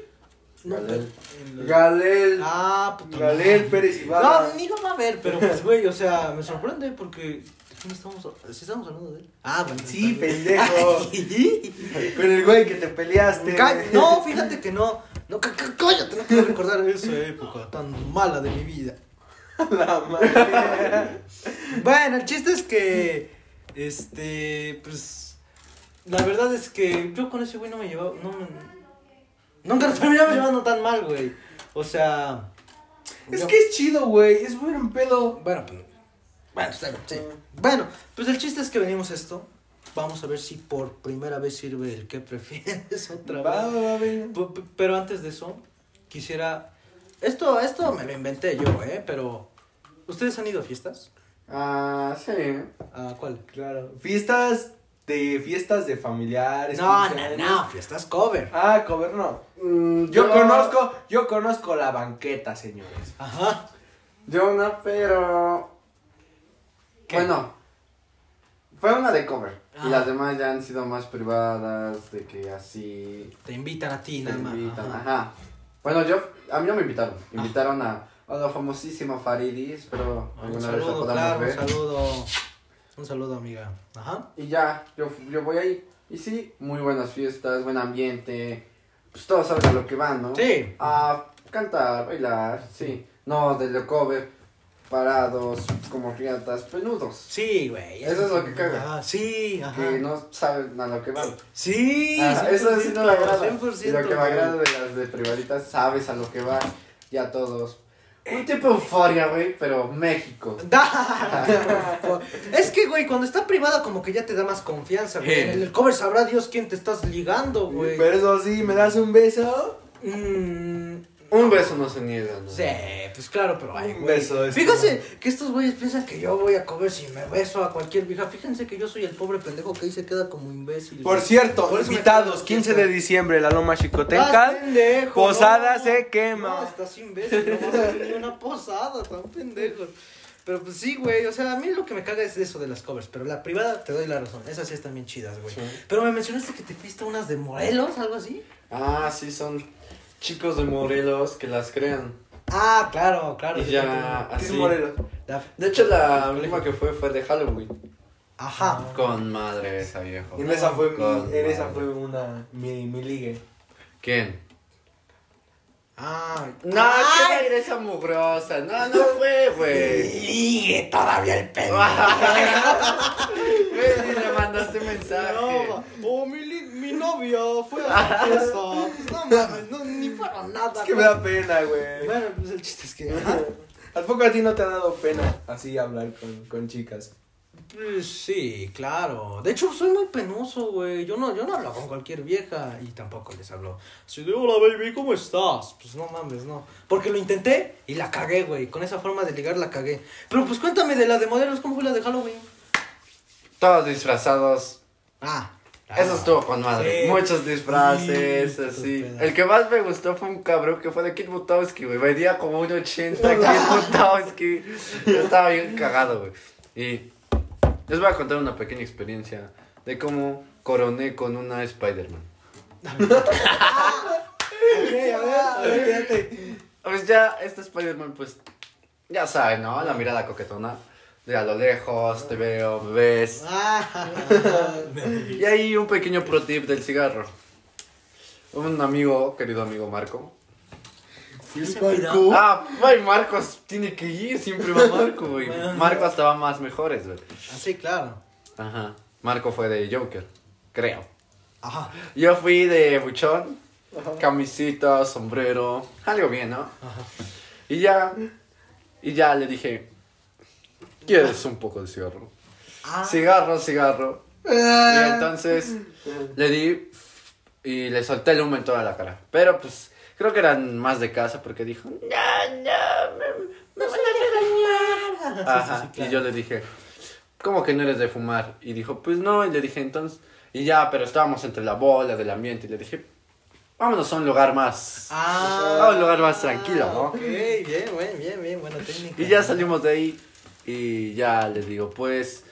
[SPEAKER 2] No,
[SPEAKER 4] Galel.
[SPEAKER 2] pero-
[SPEAKER 3] Galel.
[SPEAKER 2] Ah, puta
[SPEAKER 3] Galel
[SPEAKER 2] madre.
[SPEAKER 3] Pérez Ibarra.
[SPEAKER 2] No, ni lo va a ver, pero pues, güey, o sea, me sorprende porque. ¿de quién estamos, si estamos hablando de él. Ah, bueno.
[SPEAKER 3] Sí,
[SPEAKER 2] está bien. (laughs)
[SPEAKER 3] pendejo. Con el güey que te peleaste.
[SPEAKER 2] Ca- No, fíjate que no. No, ca- ca- cállate, no quiero recordar esa época tan mala de mi vida.
[SPEAKER 3] (laughs) La madre.
[SPEAKER 2] Bueno, el chiste es que. Este. Pues. La verdad es que yo con ese güey no me llevaba. No me, nunca nos terminamos llevando tan mal, güey. O sea.
[SPEAKER 3] Es
[SPEAKER 2] yo-
[SPEAKER 3] que es chido, güey. Es buen pedo.
[SPEAKER 2] Bueno, pues, bueno, está bien, sí. Bueno, pues el chiste es que venimos a esto. Vamos a ver si por primera vez sirve el que prefieres (laughs) otra
[SPEAKER 3] Va,
[SPEAKER 2] vez.
[SPEAKER 3] va, va.
[SPEAKER 2] P- p- Pero antes de eso, quisiera. Esto, esto me lo inventé yo, ¿eh? Pero. ¿Ustedes han ido a fiestas?
[SPEAKER 4] Ah, sí.
[SPEAKER 2] ¿A cuál?
[SPEAKER 3] Claro. Fiestas de fiestas de familiares.
[SPEAKER 2] No,
[SPEAKER 3] quince
[SPEAKER 2] no,
[SPEAKER 3] años.
[SPEAKER 2] no, fiestas cover.
[SPEAKER 3] Ah, cover no.
[SPEAKER 4] Mm,
[SPEAKER 3] Yo conozco, yo conozco la banqueta, señores.
[SPEAKER 2] Ajá.
[SPEAKER 4] Yo no, pero.
[SPEAKER 2] ¿Qué?
[SPEAKER 4] Bueno, fue una de cover.
[SPEAKER 2] Ah.
[SPEAKER 4] Y las demás ya han sido más privadas, de que así.
[SPEAKER 2] Te invitan a ti,
[SPEAKER 4] Te
[SPEAKER 2] nada más.
[SPEAKER 4] invitan,
[SPEAKER 2] Ajá.
[SPEAKER 4] ajá. Bueno, yo, a mí no me invitaron. Invitaron a, a la famosísima Faridis, pero
[SPEAKER 2] Ah, Un
[SPEAKER 4] alguna vez la
[SPEAKER 2] saludo,
[SPEAKER 4] podamos
[SPEAKER 2] claro, un
[SPEAKER 4] ver.
[SPEAKER 2] saludo. Un saludo, amiga. Ajá.
[SPEAKER 4] Y ya, yo, yo voy ahí. Y sí, muy buenas fiestas, buen ambiente. Pues todos saben a lo que van, ¿no?
[SPEAKER 2] Sí.
[SPEAKER 4] A cantar, bailar, sí. No, desde cover, parados, como riatas, penudos.
[SPEAKER 2] Sí, güey.
[SPEAKER 4] Eso es lo que caga.
[SPEAKER 2] Ah, sí, ajá.
[SPEAKER 4] Que no saben a lo que van.
[SPEAKER 2] Sí,
[SPEAKER 4] Ajá, eso sí no me agrada.
[SPEAKER 2] 100%,
[SPEAKER 4] Y lo que me
[SPEAKER 2] güey.
[SPEAKER 4] agrada de las de privaditas, sabes a lo que va. Ya todos. Un tipo de euforia, güey, pero México.
[SPEAKER 2] Da. (laughs) es que, güey, cuando está privada, como que ya te da más confianza, güey. En el cover sabrá Dios quién te estás ligando, güey.
[SPEAKER 3] Pero eso sí, ¿me das un beso?
[SPEAKER 2] Mm,
[SPEAKER 4] Un beso no se niega, ¿no?
[SPEAKER 2] sí, pues claro, pero ay,
[SPEAKER 3] Un
[SPEAKER 2] güey.
[SPEAKER 3] beso es
[SPEAKER 2] Fíjense que estos güeyes piensan que yo voy a cover si me beso a cualquier vieja. Fíjense que yo soy el pobre pendejo que ahí se queda como imbécil.
[SPEAKER 3] Por
[SPEAKER 2] güey.
[SPEAKER 3] cierto,
[SPEAKER 2] Por eso me
[SPEAKER 3] invitados,
[SPEAKER 2] quedo
[SPEAKER 3] 15 de
[SPEAKER 2] quieto.
[SPEAKER 3] diciembre, la Loma
[SPEAKER 2] Estás
[SPEAKER 3] Chicotenca.
[SPEAKER 2] pendejo,
[SPEAKER 3] Posada
[SPEAKER 2] no.
[SPEAKER 3] se quema.
[SPEAKER 2] No, estás imbécil, no vas a tener una posada, tan pendejo. Pero pues sí, güey, o sea, a mí lo que me caga es eso de las covers, pero la privada te doy la razón, esas sí están bien chidas, güey. Pero me mencionaste que te fuiste a unas de Morelos, algo así.
[SPEAKER 4] Ah, sí, son chicos de Morelos que las crean.
[SPEAKER 2] Ah, claro, claro.
[SPEAKER 4] Y
[SPEAKER 2] sí,
[SPEAKER 4] ya,
[SPEAKER 3] ¿Qué es
[SPEAKER 4] así.
[SPEAKER 3] Morelos?
[SPEAKER 2] La-
[SPEAKER 4] De hecho, la última que fue fue de Halloween.
[SPEAKER 2] Ajá.
[SPEAKER 4] Con madre esa viejo.
[SPEAKER 3] En esa fue Ah. mi,
[SPEAKER 4] Con
[SPEAKER 3] en esa
[SPEAKER 4] madre.
[SPEAKER 3] fue una mi, mi ligue.
[SPEAKER 4] ¿Quién?
[SPEAKER 3] Ah,
[SPEAKER 2] Ay.
[SPEAKER 4] No, ¿qué regresa mugrosa? No, no fue, güey.
[SPEAKER 2] Ligue todavía el pedo.
[SPEAKER 4] Güey, ni le mandaste mensaje.
[SPEAKER 2] No, oh, mi, li- mi novio fue a su fiesta. Pues No mames, no, ni para nada.
[SPEAKER 3] Es que me da pena, güey.
[SPEAKER 2] Bueno, pues el chiste es que. ajá.
[SPEAKER 3] ¿Al poco a ti no te ha dado pena así hablar con, con chicas?
[SPEAKER 2] Pues, Sí, claro. De hecho, soy muy penoso, güey. Yo no, yo no hablo con cualquier vieja y tampoco les hablo. Así de, hola, baby, ¿cómo estás? Pues no mames, no. Porque lo intenté y la cagué, güey. Con esa forma de ligar la cagué. Pero pues cuéntame de la de modelos, ¿cómo fue la de Halloween?
[SPEAKER 4] Todos disfrazados.
[SPEAKER 2] Ah. (laughs)
[SPEAKER 4] Eso estuvo con madre.
[SPEAKER 2] Sí.
[SPEAKER 4] Muchos disfraces,
[SPEAKER 2] Sí,
[SPEAKER 4] así.
[SPEAKER 2] estúpida.
[SPEAKER 4] El que más me gustó fue un cabrón que fue de Kid Butowski, güey. Venía como un
[SPEAKER 2] (laughs)
[SPEAKER 4] 80 Kid Butowski. Yo estaba bien cagado, güey. Y les voy a contar una pequeña experiencia de cómo coroné con una Spider-Man. Pues ya, este Spider-Man, pues, ya saben, ¿no? La mirada coquetona. De a lo lejos, te veo, me ves. (laughs) Y ahí un pequeño pro tip del cigarro. Un amigo, querido amigo Marco. Ah, güey, Marcos tiene que ir, siempre va Marco, güey. Marco hasta va más mejores, güey.
[SPEAKER 2] Así, Ah, claro.
[SPEAKER 4] Ajá. Marco fue de Joker, creo.
[SPEAKER 2] Ajá.
[SPEAKER 4] Yo fui de buchón, camisita, sombrero, algo bien, ¿no? Y ya, y ya le dije, ¿quieres un poco de cigarro? Cigarro, cigarro. Y entonces le di y le solté el humo en toda la cara. Pero pues creo que eran más de casa porque dijo, no, no, me, me van a regañar. Ajá, Y yo le dije, ¿cómo que no eres de fumar? Y dijo, pues no, y le dije entonces, y ya, pero estábamos entre la bola del ambiente y le dije, vámonos a un lugar más, a un lugar más tranquilo, ¿no?
[SPEAKER 2] Ah. Ok, bien, güey, bien, bien, buena técnica.
[SPEAKER 4] Y ya salimos de ahí y ya le digo, pues,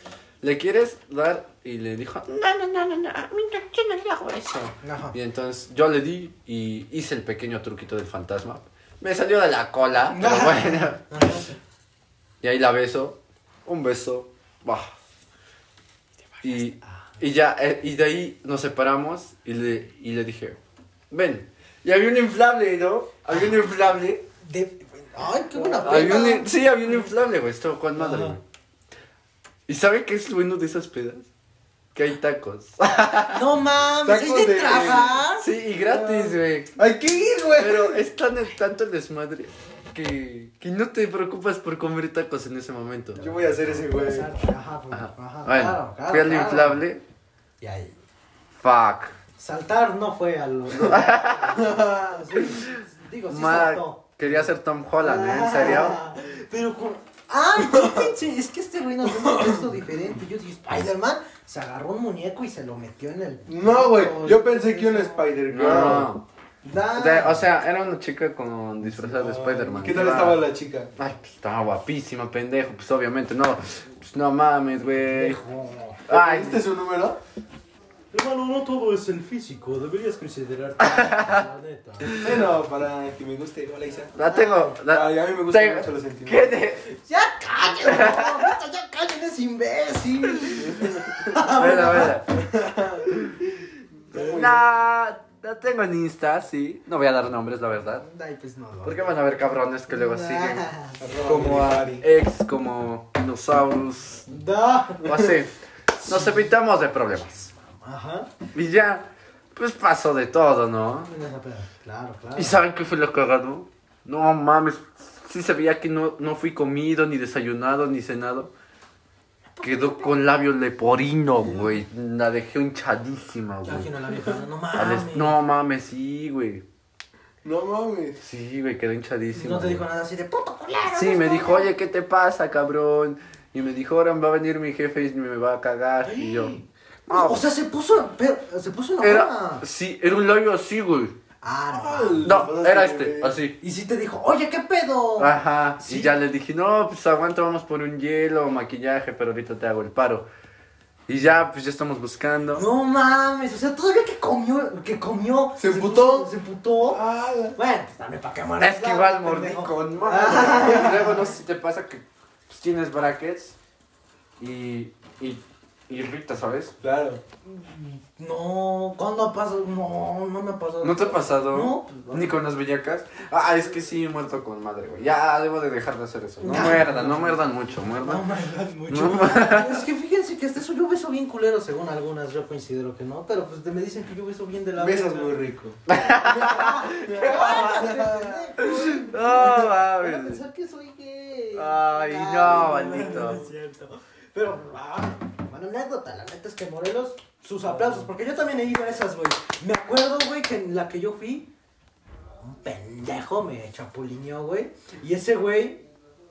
[SPEAKER 4] ¿le quieres dar? Y le dijo, no, no, no, no, no, a mí no, yo no le hago eso.
[SPEAKER 2] Ajá.
[SPEAKER 4] Y entonces yo le di y hice el pequeño truquito del fantasma. Me salió de la cola, pero bueno. Y ahí la beso, un beso, bah. Y, y ya, eh, y de ahí nos separamos y le, y le dije, ven. Y había un inflable, ¿no? Había un inflable.
[SPEAKER 2] De- Ay, qué buena
[SPEAKER 4] Había
[SPEAKER 2] peda.
[SPEAKER 4] un, sí, había un inflable, güey. Estuvo con madre, güey. ¿Y sabe qué es lo bueno de esas pedas? Que hay tacos. (laughs)
[SPEAKER 2] No mames,
[SPEAKER 3] Tacos
[SPEAKER 2] ¿es de
[SPEAKER 3] de-
[SPEAKER 2] trabajar?
[SPEAKER 4] sí, y gratis, güey.
[SPEAKER 3] ¡Hay que ir, güey!
[SPEAKER 4] Pero es tan tanto el desmadre que, que no te preocupas por comer tacos en ese momento.
[SPEAKER 3] eh, Yo voy a hacer ese, güey.
[SPEAKER 2] Ajá, pues,
[SPEAKER 4] Ajá.
[SPEAKER 2] ajá,
[SPEAKER 4] bueno,
[SPEAKER 2] claro, claro,
[SPEAKER 4] fui al
[SPEAKER 2] claro.
[SPEAKER 4] inflable.
[SPEAKER 2] Y ahí,
[SPEAKER 4] Fuck.
[SPEAKER 2] saltar no fue a lo...
[SPEAKER 4] (laughs)
[SPEAKER 2] (laughs) Sí, digo, sí
[SPEAKER 4] Ma-
[SPEAKER 2] saltó.
[SPEAKER 4] quería ser Tom Holland, ¿eh? ¿En serio?
[SPEAKER 2] Ah, (laughs) Pero con... Ah, no pensé, es que este güey nos dio un contexto diferente. Yo dije, Spider-Man se agarró un muñeco y se lo metió en el...
[SPEAKER 3] No, güey. Yo pensé que un Spider-Girl.
[SPEAKER 4] No.
[SPEAKER 2] Da-
[SPEAKER 4] De- o sea, era una chica con disfrazada de Spider-Man. Ah.
[SPEAKER 3] ¿Qué tal
[SPEAKER 4] Iba-
[SPEAKER 3] estaba la chica?
[SPEAKER 4] Ay, pues estaba guapísima, pendejo. Pues obviamente, no. Pues no mames, güey. Ay,
[SPEAKER 3] ¿Este es su número?
[SPEAKER 2] Hermano, no todo es el físico, deberías considerarte la (laughs) neta.
[SPEAKER 3] Bueno, para que me guste. Hola, Isa.
[SPEAKER 4] la tengo. la-
[SPEAKER 3] Ay, a mí me gustan
[SPEAKER 4] tengo-
[SPEAKER 3] mucho los sentimientos.
[SPEAKER 2] (laughs)
[SPEAKER 4] ¿Qué de-
[SPEAKER 2] ¡Ya cállenlo! neta, Ah, ¡Ya cállenlo, es imbécil!
[SPEAKER 4] Espera, espera. Nah, la tengo en Insta, sí. No voy a dar nombres, la verdad.
[SPEAKER 2] Ay, pues no. no.
[SPEAKER 4] Porque van a ver cabrones que luego siguen.
[SPEAKER 2] Ah,
[SPEAKER 4] Como a
[SPEAKER 3] Ari.
[SPEAKER 4] ex, como dinosaurus.
[SPEAKER 2] Da.
[SPEAKER 4] O así. Nos evitamos de problemas.
[SPEAKER 2] Ajá.
[SPEAKER 4] Y ya, pues pasó de todo, ¿no?
[SPEAKER 2] Claro, claro.
[SPEAKER 4] ¿Y saben qué fue lo cagado? No mames, sí se veía que no, no fui comido, ni desayunado, ni cenado. Quedó con labio leporino, güey. La dejé hinchadísima,
[SPEAKER 2] Ya
[SPEAKER 4] güey.
[SPEAKER 2] imagino a la vieja, no
[SPEAKER 4] Al es-
[SPEAKER 2] mames.
[SPEAKER 4] Ah, No mames, sí, güey.
[SPEAKER 3] No mames.
[SPEAKER 4] Sí, güey, quedó hinchadísima.
[SPEAKER 2] No te dijo
[SPEAKER 4] güey.
[SPEAKER 2] nada así de puto culero.
[SPEAKER 4] Sí, me dijo, oye, ¿qué te pasa, cabrón? Y me dijo, ahora va a venir mi jefe y me va a cagar. Y
[SPEAKER 2] (gasps)
[SPEAKER 4] yo. "No,
[SPEAKER 2] O sea, se puso, pero, se puso una
[SPEAKER 4] era,
[SPEAKER 2] buena.
[SPEAKER 4] sí, era un labio así, güey.
[SPEAKER 2] Ah, no.
[SPEAKER 4] No, era este, así.
[SPEAKER 2] Y sí te dijo, oye, ¿qué
[SPEAKER 4] Oh,
[SPEAKER 2] pedo?
[SPEAKER 4] Ajá, y
[SPEAKER 2] Sí.
[SPEAKER 4] ya le dije, no, pues aguanta, vamos por un hielo, maquillaje, pero ahorita te hago el paro. Y ya, pues ya estamos buscando.
[SPEAKER 2] No mames, o sea, todavía que comió, que comió.
[SPEAKER 3] ¿Se emputó?
[SPEAKER 2] puso- Se emputó.
[SPEAKER 3] Ah, la-
[SPEAKER 2] Bueno, pues dame pa' qué mueras.
[SPEAKER 4] es que igual mordí con madre. (laughs) Y luego no sé si te pasa que pues, tienes brackets y, y, Y Rita, ¿sabes?
[SPEAKER 3] Claro.
[SPEAKER 2] No, ¿cuándo ha pasado? No, no me ha pasado.
[SPEAKER 4] ¿No te ha pasado?
[SPEAKER 2] No, pues, no.
[SPEAKER 4] Ni con las bellacas. Ah, es que sí, he muerto con madre, güey. Ya debo de dejar de hacer eso. No muerdan, no muerdan mucho,
[SPEAKER 2] No
[SPEAKER 4] muerdan.
[SPEAKER 2] me hagas mucho.
[SPEAKER 4] No,
[SPEAKER 2] Es que fíjense que hasta eso yo beso bien culero, según algunas, yo considero que no, pero pues te me dicen que yo beso bien de la
[SPEAKER 3] Besas
[SPEAKER 2] (laughs) verga.
[SPEAKER 3] muy rico.
[SPEAKER 4] no
[SPEAKER 2] Van a
[SPEAKER 4] mames.
[SPEAKER 2] pensar que soy gay.
[SPEAKER 4] Ay, no, maldito.
[SPEAKER 2] es cierto. Pero, ah, bueno, anécdota, la neta es que Morelos, sus aplausos, porque yo también he ido a esas, güey. Me acuerdo, güey, que en la que yo fui, un pendejo me chapulineó, güey. Y ese güey,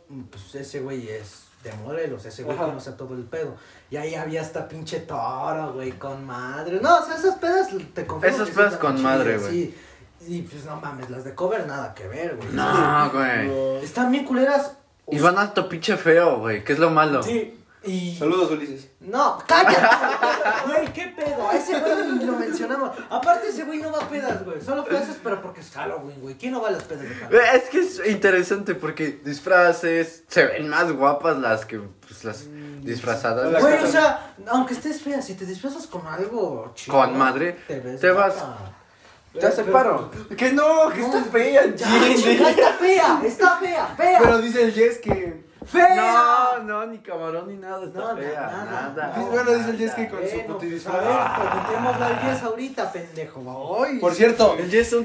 [SPEAKER 2] mm, pues ese güey es de Morelos, ese güey
[SPEAKER 3] Ajá.
[SPEAKER 2] conoce todo el pedo. Y ahí había hasta pinche toro, güey, con madre. No, o sea, esas pedas te confieso
[SPEAKER 4] Esas
[SPEAKER 2] que sí
[SPEAKER 4] pedas
[SPEAKER 2] estaban
[SPEAKER 4] con
[SPEAKER 2] chidas,
[SPEAKER 4] madre, güey.
[SPEAKER 2] sí. Y pues no mames, las de cover nada que ver, güey.
[SPEAKER 4] No, güey.
[SPEAKER 2] Están bien culeras.
[SPEAKER 4] Y van alto pinche feo, güey. ¿Qué es lo malo?
[SPEAKER 2] Sí. Y.
[SPEAKER 3] Saludos, Ulises.
[SPEAKER 2] No, cállate. Güey, qué pedo. A ese güey ni lo mencionamos. Aparte, ese güey no va a pedas, güey. Solo fue a esas, pero porque es Halloween, güey. ¿Quién no va a las pedas de Halloween?
[SPEAKER 4] Eh, Es que es interesante porque disfraces se ven más guapas las que pues, las disfrazadas.
[SPEAKER 3] La
[SPEAKER 2] Güey,
[SPEAKER 3] cara-
[SPEAKER 2] o sea, aunque estés fea, si te disfrazas con algo chido.
[SPEAKER 4] Con madre, te vas.
[SPEAKER 2] guapa.
[SPEAKER 4] Te hace paro.
[SPEAKER 3] Que no, que está fea,
[SPEAKER 2] Ya, chica,
[SPEAKER 4] ¿eh?
[SPEAKER 2] está fea, está fea, fea.
[SPEAKER 3] Pero dice el Jess que.
[SPEAKER 2] ¡Fea!
[SPEAKER 4] No, no, ni camarón ni nada, está
[SPEAKER 2] No, na-
[SPEAKER 4] fea,
[SPEAKER 2] nada,
[SPEAKER 4] nada.
[SPEAKER 2] no,
[SPEAKER 3] bueno, dice el Jess que con su
[SPEAKER 2] Bueno,
[SPEAKER 3] puti
[SPEAKER 2] pues, a
[SPEAKER 3] disfraz.
[SPEAKER 2] ver, preguntemos la belleza ahorita, pendejo. Ay.
[SPEAKER 3] Por (laughs) cierto,
[SPEAKER 4] El Jess es un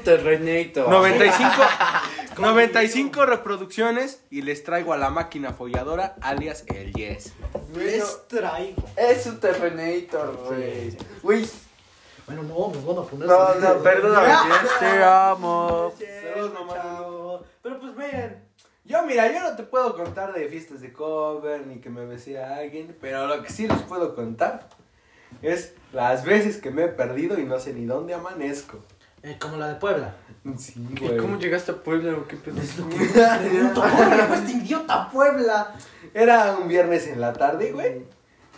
[SPEAKER 3] (laughs)
[SPEAKER 4] terrenator.
[SPEAKER 7] 95, 95 reproducciones y les traigo a la máquina folladora, alias el Yes.
[SPEAKER 2] Les traigo.
[SPEAKER 4] Es un terrenator, güey. Güey,
[SPEAKER 2] Bueno, no, me van a poner.
[SPEAKER 4] no, no,
[SPEAKER 2] (laughs)
[SPEAKER 4] perdóname,
[SPEAKER 2] Ah.
[SPEAKER 4] Jess, te amo.
[SPEAKER 3] Saludos, mamá.
[SPEAKER 2] Chao. Pero pues miren.
[SPEAKER 3] yo mira, yo no te puedo contar de fiestas de cover ni que me besé a alguien, pero lo que sí les puedo contar es las veces que me he perdido y no sé ni dónde amanezco. (laughs)
[SPEAKER 2] eh, como la de Puebla.
[SPEAKER 3] Sí, güey.
[SPEAKER 4] ¿Cómo llegaste a Puebla o qué pedo? (laughs)
[SPEAKER 2] Pregunto, ¿cómo llegó este idiota a Puebla?
[SPEAKER 3] Era un viernes en la tarde, güey.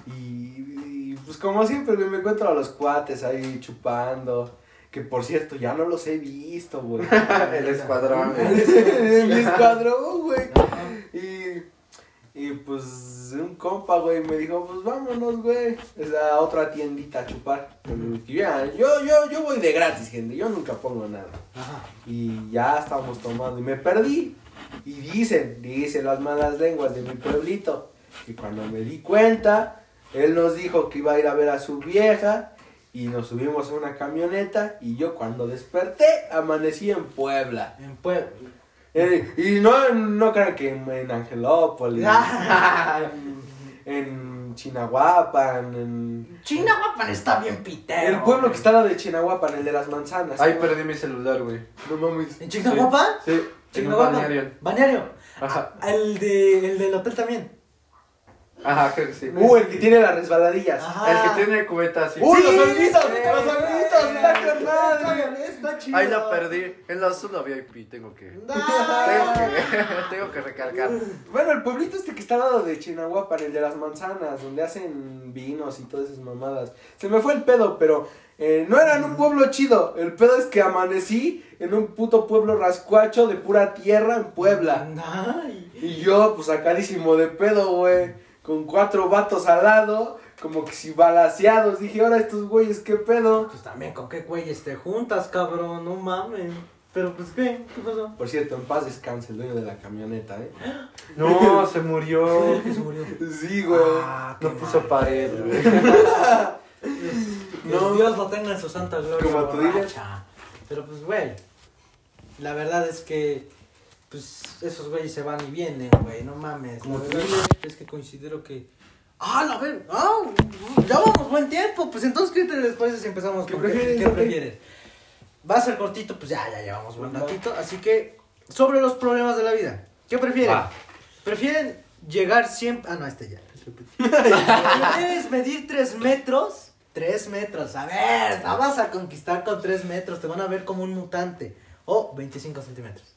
[SPEAKER 3] Y, y, pues como siempre, güey, me encuentro a los cuates ahí chupando. Que por cierto, ya no los he visto, güey. (laughs)
[SPEAKER 4] El escuadrón, güey.
[SPEAKER 3] El escuadrón, güey. Y, y pues un compa, güey, me dijo, pues vámonos, güey. Es a otra tiendita a chupar. Y ya, yo, yo, yo voy de gratis, gente. Yo nunca pongo nada. Y ya estábamos tomando y me perdí. Y dicen, dicen las malas lenguas de mi pueblito. Y cuando me di cuenta, él nos dijo que iba a ir a ver a su vieja. Y nos subimos a una camioneta. Y yo cuando desperté, amanecí en Puebla.
[SPEAKER 2] En Puebla.
[SPEAKER 3] Eh, y no, no crean que en, en Angelópolis, en, (laughs) en Chinahuapan, en
[SPEAKER 2] China guapa está bien pitero.
[SPEAKER 3] el pueblo que está al lado de Chinahuapan, el de las manzanas.
[SPEAKER 4] Ahí perdí mi celular, güey.
[SPEAKER 3] No mames.
[SPEAKER 2] ¿En Chignahuapa?
[SPEAKER 4] Sí, en un
[SPEAKER 2] Chignahuapa.
[SPEAKER 4] balneario.
[SPEAKER 2] Balneario.
[SPEAKER 4] Ajá.
[SPEAKER 2] Ah, El, de, el del hotel también.
[SPEAKER 4] Ajá, creo que sí.
[SPEAKER 3] Uh, el que tiene las resbaladillas.
[SPEAKER 2] Ajá.
[SPEAKER 4] El que tiene cubeta así.
[SPEAKER 3] ¡Uh, los
[SPEAKER 2] Sí,
[SPEAKER 3] hornitos!
[SPEAKER 2] sí.
[SPEAKER 3] ¡Los hornitos! ¡Está con madre!
[SPEAKER 2] Está chido.
[SPEAKER 4] Ahí la perdí. En la zona VIP tengo que. Tengo
[SPEAKER 2] Ah.
[SPEAKER 4] que, (laughs) tengo que recargar.
[SPEAKER 3] Bueno, el pueblito este que está al lado de Chinahuapan, el de las manzanas, donde hacen vinos y todas esas mamadas. Se me fue el pedo, pero eh, no era en un pueblo chido. El pedo es que amanecí en un puto pueblo rascuacho de pura tierra en Puebla.
[SPEAKER 2] Ay.
[SPEAKER 3] Y yo, pues sacadísimo de pedo, güey. Con cuatro vatos al lado, como que si balaseados. Dije, ahora estos güeyes, ¿qué pedo?
[SPEAKER 2] Pues también, ¿con qué güeyes te juntas, cabrón? No mames. Pero pues, ¿qué? ¿Qué pasó?
[SPEAKER 3] Por cierto, en paz descanse el dueño de la camioneta, ¿eh?
[SPEAKER 4] No, se
[SPEAKER 2] (laughs)
[SPEAKER 4] murió.
[SPEAKER 2] El que se murió.
[SPEAKER 3] Sí, güey.
[SPEAKER 2] Ah,
[SPEAKER 4] No puso pared, güey.
[SPEAKER 2] No. Dios lo tenga en su santa gloria.
[SPEAKER 3] Como tú digas.
[SPEAKER 2] borracha. Pero pues, güey. La verdad es que. Pues esos güeyes se van y vienen, güey. No mames. La verdad es que considero que. ¡Ah, la ver! ¡Ah! Ya vamos, buen tiempo. Pues entonces, ¿qué te les parece si empezamos
[SPEAKER 3] ¿Qué
[SPEAKER 2] con qué-
[SPEAKER 3] prefieres,
[SPEAKER 2] qué
[SPEAKER 3] ok?
[SPEAKER 2] prefieres? Va a ser cortito, pues ya, ya llevamos buen ratito. Así que, sobre los problemas de la vida. ¿Qué prefieren?
[SPEAKER 4] Va.
[SPEAKER 2] ¿Prefieren llegar siempre...? Ah, no, este
[SPEAKER 3] (laughs)
[SPEAKER 2] ya. ¿Prefieres medir 3 metros? 3 metros. A ver, la vas a conquistar con 3 metros. Te van a ver como un mutante. O 25 centímetros.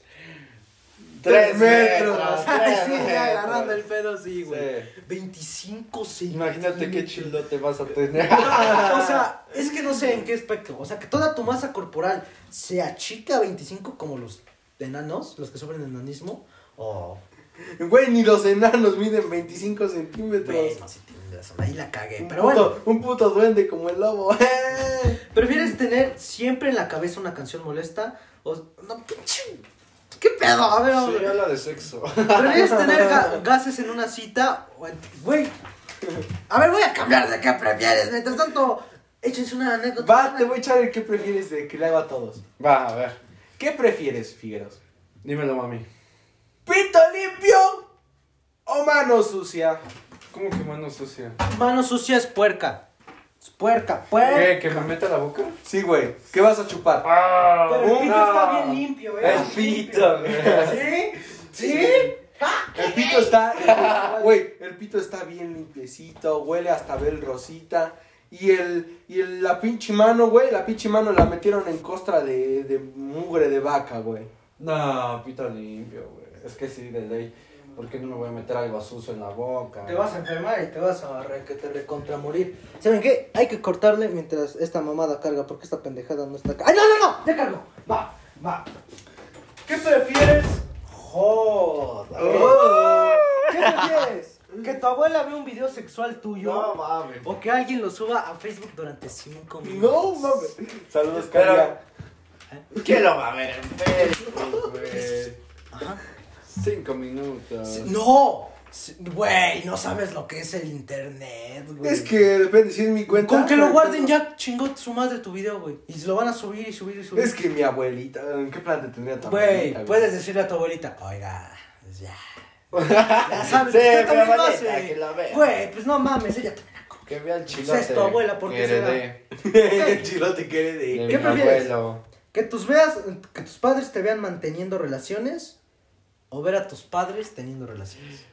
[SPEAKER 4] Tres metros.
[SPEAKER 2] Ay,
[SPEAKER 4] tres
[SPEAKER 2] sí, ya,
[SPEAKER 4] metros.
[SPEAKER 2] agarrando el pedo, sí, güey.
[SPEAKER 4] Sí.
[SPEAKER 2] 25 centímetros.
[SPEAKER 4] Imagínate qué chilote vas a tener.
[SPEAKER 2] O sea, es que no sé en qué aspecto. O sea, que toda tu masa corporal se achica a 25 como los enanos, los que sufren de enanismo. Oh, O.
[SPEAKER 3] Güey, ni los enanos miden 25 centímetros.
[SPEAKER 2] Güey, no se tiene corazón. Ahí la cagué.
[SPEAKER 3] Un
[SPEAKER 2] Pero
[SPEAKER 3] puto-
[SPEAKER 2] bueno.
[SPEAKER 3] Un puto duende como el lobo. (laughs)
[SPEAKER 2] ¿Prefieres tener siempre en la cabeza una canción molesta? O. No, pinche- ¿Qué pedo? A ver, vamos a ver.
[SPEAKER 4] habla de sexo. (laughs)
[SPEAKER 2] ¿Prefieres tener ga- gases en una cita? o en- Güey. A ver, voy a cambiar de qué prefieres. Mientras tanto, échense una anécdota.
[SPEAKER 3] Va, te voy a echar el que prefieres de que le hago a todos.
[SPEAKER 4] Va, a ver.
[SPEAKER 3] ¿Qué prefieres, Figueros?
[SPEAKER 4] Dímelo, mami.
[SPEAKER 3] ¿Pito limpio o mano sucia?
[SPEAKER 4] ¿Cómo que mano sucia?
[SPEAKER 2] Mano sucia es puerca. Es puerca, puerca.
[SPEAKER 3] Eh,
[SPEAKER 4] ¿Qué? ¿Que me meta la boca?
[SPEAKER 3] Sí, güey. ¿Qué vas a chupar?
[SPEAKER 2] Ah, Pero el pito
[SPEAKER 4] no.
[SPEAKER 2] está bien limpio, ¿eh?
[SPEAKER 3] El pito,
[SPEAKER 2] ¿Sí? ¿Sí? Ah,
[SPEAKER 3] El
[SPEAKER 2] (laughs)
[SPEAKER 3] pito está. Güey, el pito está bien limpiecito, huele hasta ver rosita. Y el. Y el- la pinche mano, güey. La pinche mano la metieron en costra de, de mugre de vaca, güey.
[SPEAKER 4] No, pito limpio, güey. Es que sí, de ley. ¿Por qué no me voy a meter algo sucio en la boca?
[SPEAKER 2] Te vas a enfermar y te vas a re- que te recontra morir. ¿Saben qué? Hay que cortarle mientras esta mamada carga, porque esta pendejada no está. ca- ¡Ay, no, no, no! ¡Ya cargo! Va, va. ¿Qué prefieres? Joder.
[SPEAKER 3] Oh.
[SPEAKER 4] Oh.
[SPEAKER 2] ¿Qué prefieres? ¿Que tu abuela vea un video sexual tuyo?
[SPEAKER 4] mames.
[SPEAKER 2] ¿O que alguien lo suba a Facebook durante 5 minutos?
[SPEAKER 3] No mames. Saludos,
[SPEAKER 4] Pero-
[SPEAKER 3] Katia.
[SPEAKER 4] ¿Quién lo va a ver en Facebook, güey?
[SPEAKER 2] Ajá.
[SPEAKER 4] Cinco minutos.
[SPEAKER 2] Sí, ¡No! Sí, Güey, no sabes lo que es el internet, güey.
[SPEAKER 3] Es que depende si es mi cuenta.
[SPEAKER 2] Con que
[SPEAKER 4] pues,
[SPEAKER 2] lo guarden ya chingó su madre tu video, güey. Y lo van a subir y subir y
[SPEAKER 4] pues,
[SPEAKER 2] subir.
[SPEAKER 3] Es que mi abuelita. ¿Qué plan te tendría tu abuelita,
[SPEAKER 2] Güey,
[SPEAKER 3] güey?
[SPEAKER 2] puedes decirle a tu abuelita, oiga, pues ya.
[SPEAKER 3] (laughs)
[SPEAKER 2] ya sabes,
[SPEAKER 4] Sí,
[SPEAKER 2] usted
[SPEAKER 4] mi
[SPEAKER 2] también lo
[SPEAKER 4] abuelita,
[SPEAKER 2] hace.
[SPEAKER 4] que la vea.
[SPEAKER 2] Güey, pues no mames, ella también.
[SPEAKER 4] Que vea el
[SPEAKER 2] es
[SPEAKER 4] chilote.
[SPEAKER 2] tu abuela, ¿por qué
[SPEAKER 4] que
[SPEAKER 2] será?
[SPEAKER 4] heredé
[SPEAKER 3] (laughs) El chilote quiere
[SPEAKER 4] de
[SPEAKER 3] de.
[SPEAKER 2] ¿Qué
[SPEAKER 4] mi
[SPEAKER 2] prefieres?
[SPEAKER 4] abuelo.
[SPEAKER 2] Que tus veas, que tus padres te vean manteniendo relaciones o ver a tus padres teniendo relaciones.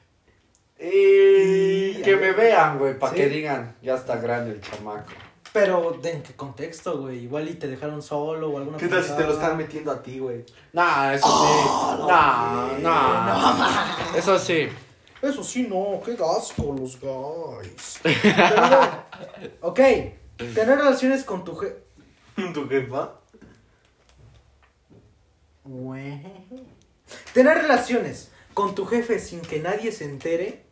[SPEAKER 4] Y que me vean, güey, para
[SPEAKER 2] Sí.
[SPEAKER 4] que digan, ya está grande el chamaco.
[SPEAKER 2] Pero, ¿de en qué contexto, güey? Igual y te dejaron solo o alguna
[SPEAKER 3] ¿Qué tal si te lo
[SPEAKER 2] pendejada.
[SPEAKER 3] están metiendo a ti, güey?
[SPEAKER 4] Nah, eso sí. Nah, nah. Eso sí.
[SPEAKER 2] Eso sí, no, qué asco los
[SPEAKER 3] (laughs)
[SPEAKER 2] guys. Pero, güey, ok, tener relaciones con tu je...
[SPEAKER 3] (laughs) ¿Tu jefa?
[SPEAKER 2] Güey. Tener relaciones con tu jefe sin que nadie se
[SPEAKER 3] (laughs)
[SPEAKER 2] entere.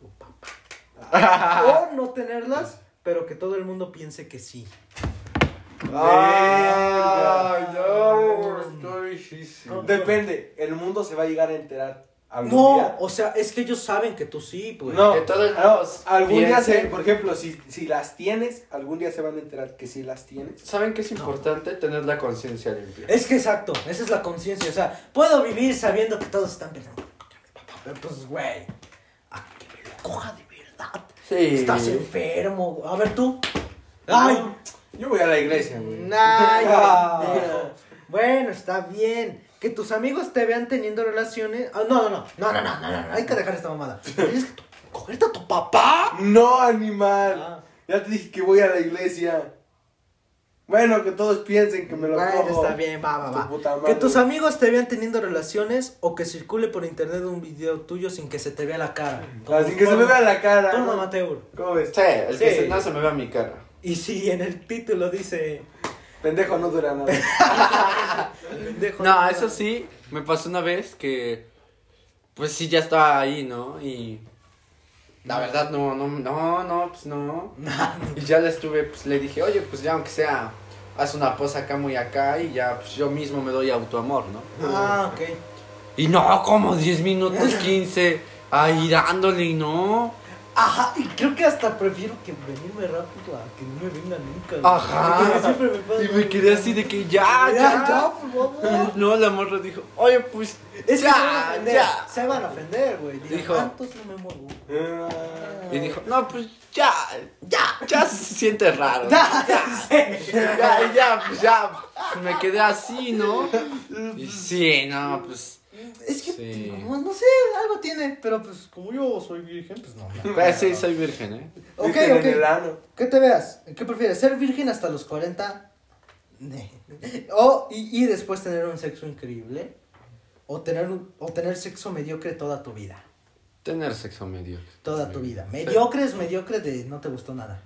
[SPEAKER 2] tu papá. o no tenerlas, pero que todo el mundo piense que sí.
[SPEAKER 4] Ay, no,
[SPEAKER 2] Verga.
[SPEAKER 4] estoy difícil.
[SPEAKER 3] Depende, el mundo se va a llegar a enterar algún
[SPEAKER 2] No,
[SPEAKER 3] día.
[SPEAKER 2] o sea, es que ellos saben que tú sí, pues.
[SPEAKER 3] No,
[SPEAKER 4] Que todos
[SPEAKER 3] no,
[SPEAKER 4] los
[SPEAKER 3] algún día se,
[SPEAKER 4] piensen.
[SPEAKER 3] por ejemplo, si, si las tienes, algún día se van a enterar que sí las tienes.
[SPEAKER 4] ¿Saben qué es importante? Tener la conciencia limpia.
[SPEAKER 2] Es que exacto, esa es la conciencia. O sea, puedo vivir sabiendo que todos están pensando. Pero pues, güey, a que me lo coja de verdad.
[SPEAKER 4] Sí.
[SPEAKER 3] Eh,
[SPEAKER 2] Estás enfermo. A ver tú.
[SPEAKER 3] No, yo voy a la iglesia, güey.
[SPEAKER 2] Ay,
[SPEAKER 3] Ah.
[SPEAKER 2] pendejo. Bueno, está bien. Que tus amigos te vean teniendo relaciones. Ah, no, no, no, no, no, no, no, no, no, Hay que dejar esta mamada. Tienes que tu- cogerte a tu papá.
[SPEAKER 3] No, animal.
[SPEAKER 2] Ah.
[SPEAKER 3] Ya te dije que voy a la iglesia. Bueno, que todos piensen que me lo
[SPEAKER 2] Bueno,
[SPEAKER 3] cojo.
[SPEAKER 2] está bien, va, va,
[SPEAKER 3] Tu
[SPEAKER 2] va.
[SPEAKER 3] puta madre.
[SPEAKER 2] que tus amigos te vean teniendo relaciones o que circule por internet un video tuyo sin que se te vea la cara.
[SPEAKER 3] Así Ah, que se me vea la cara.
[SPEAKER 2] Porno
[SPEAKER 3] ¿no?
[SPEAKER 2] amateur.
[SPEAKER 3] ¿Cómo ves?
[SPEAKER 4] Sí, el que
[SPEAKER 2] Sí.
[SPEAKER 4] se, no se me vea mi cara.
[SPEAKER 2] Y si en el título dice.
[SPEAKER 3] Pendejo no dura nada.
[SPEAKER 2] pendejo,
[SPEAKER 4] No, eso sí, me pasó una vez que, pues sí, ya estaba ahí, ¿no? Y la verdad, no, no, no, no,
[SPEAKER 2] (laughs)
[SPEAKER 4] pues no. Y ya le estuve, pues le dije, oye, pues ya aunque sea, haz una posa acá muy acá y ya, pues yo mismo me doy autoamor, ¿no?
[SPEAKER 2] Ah, ok.
[SPEAKER 4] Y no, como 10
[SPEAKER 2] (laughs)
[SPEAKER 4] minutos, 15, ahí dándole y no.
[SPEAKER 2] Ajá, y creo que hasta prefiero que venirme rápido a que no me venga nunca. güey.
[SPEAKER 4] Ajá.
[SPEAKER 2] Porque (laughs) siempre me pasa
[SPEAKER 4] Y
[SPEAKER 2] lo
[SPEAKER 4] me quedé
[SPEAKER 2] mismo.
[SPEAKER 4] así de que ya,
[SPEAKER 2] Ya, ya,
[SPEAKER 4] (laughs) ya,
[SPEAKER 2] por favor.
[SPEAKER 4] Y No, la morra dijo, oye, pues
[SPEAKER 2] Es que se van a
[SPEAKER 4] ya,
[SPEAKER 2] ofender.
[SPEAKER 4] ya.
[SPEAKER 2] Se van a ofender, güey. Dijo.
[SPEAKER 4] Dijo.
[SPEAKER 2] ¿Cuántos no me
[SPEAKER 4] (laughs)
[SPEAKER 2] muevo?
[SPEAKER 3] Ah.
[SPEAKER 4] Y dijo, no, pues ya, ya, ya se siente raro. ya, ya, pues ya. Me quedé así, ¿no? Y sí, no, pues.
[SPEAKER 2] (laughs) Es que,
[SPEAKER 4] Sí.
[SPEAKER 2] como, no sé, algo tiene. Pero pues, como yo soy virgen,
[SPEAKER 4] (laughs)
[SPEAKER 2] pues no.
[SPEAKER 4] pues, sí, soy virgen, ¿eh?
[SPEAKER 2] Ok,
[SPEAKER 3] Dije en el
[SPEAKER 2] ok.
[SPEAKER 3] ano.
[SPEAKER 2] ¿Qué te veas? ¿Qué prefieres? ¿Ser virgen hasta los 40? Ne. (laughs) o, y, y después tener un sexo increíble. O tener, un- o tener sexo mediocre toda tu vida.
[SPEAKER 4] Tener sexo medio.
[SPEAKER 2] Toda tu vida. Mediocre es mediocre de no te gustó nada.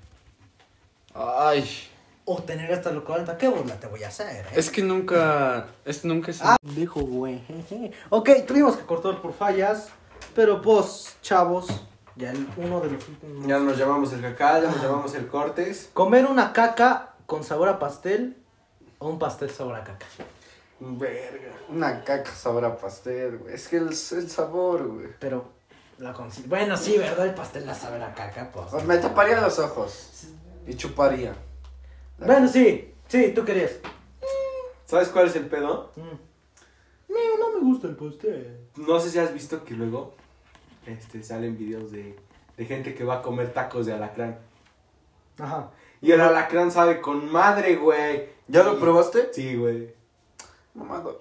[SPEAKER 4] Ay,
[SPEAKER 2] O tener hasta los 40. ¿Qué burla te voy a hacer? eh?
[SPEAKER 4] es que nunca, es nunca es.
[SPEAKER 2] Ah,
[SPEAKER 4] (laughs)
[SPEAKER 2] dijo, güey. Ok, tuvimos que cortar por fallas. Pero vos, pues, chavos, Ya el- uno de los últimos.
[SPEAKER 3] Ya nos llamamos el cacá, ya nos llamamos el cortes.
[SPEAKER 2] Comer una caca con sabor a pastel o un pastel sabor a caca.
[SPEAKER 3] Verga.
[SPEAKER 4] Una caca sabor a pastel, güey. Es que el, el sabor, güey.
[SPEAKER 2] Pero la consi- Bueno, sí, ¿verdad? El pastel la sabe a caca, pues.
[SPEAKER 4] Me taparía los ojos. Y chuparía.
[SPEAKER 2] Bueno, sí, sí, tú querías.
[SPEAKER 3] ¿Sabes cuál es el pedo?
[SPEAKER 2] No, no me gusta el pastel.
[SPEAKER 3] No sé si has visto que luego este, salen videos de, de gente que va a comer tacos de alacrán.
[SPEAKER 2] Ajá.
[SPEAKER 3] Y el alacrán sabe con madre, güey.
[SPEAKER 4] ¿Ya lo
[SPEAKER 3] Y-
[SPEAKER 4] probaste?
[SPEAKER 3] Sí, güey.
[SPEAKER 4] Mamador.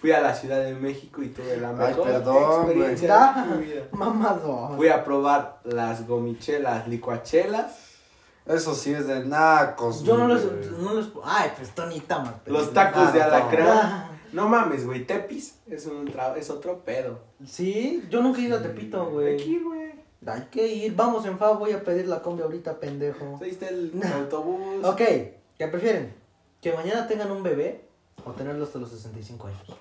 [SPEAKER 3] Fui a la Ciudad de México y tuve la
[SPEAKER 4] Ay,
[SPEAKER 3] mejor
[SPEAKER 4] perdón,
[SPEAKER 3] experiencia
[SPEAKER 2] Ah,
[SPEAKER 3] de mi vida.
[SPEAKER 2] Mamado.
[SPEAKER 3] Fui a probar las gomichelas, licuachelas,
[SPEAKER 4] Eso sí es de nacos,
[SPEAKER 2] Yo no los,
[SPEAKER 4] güey.
[SPEAKER 2] no los. Ay, pues Tony Tama. pero-
[SPEAKER 3] los tacos de
[SPEAKER 4] Ah, no.
[SPEAKER 3] alacrán.
[SPEAKER 2] Ah,
[SPEAKER 3] No mames, güey, Tepis es un tra- es otro pedo.
[SPEAKER 2] Sí, yo nunca he ido a Tepito, güey.
[SPEAKER 3] Aquí, güey.
[SPEAKER 2] Hay que ir. Vamos, en fa, voy a pedir la combi ahorita, pendejo.
[SPEAKER 3] Ahí está el autobús.
[SPEAKER 2] Ok, ¿qué prefieren? ¿Que mañana tengan un bebé o tenerlo hasta los 65 años?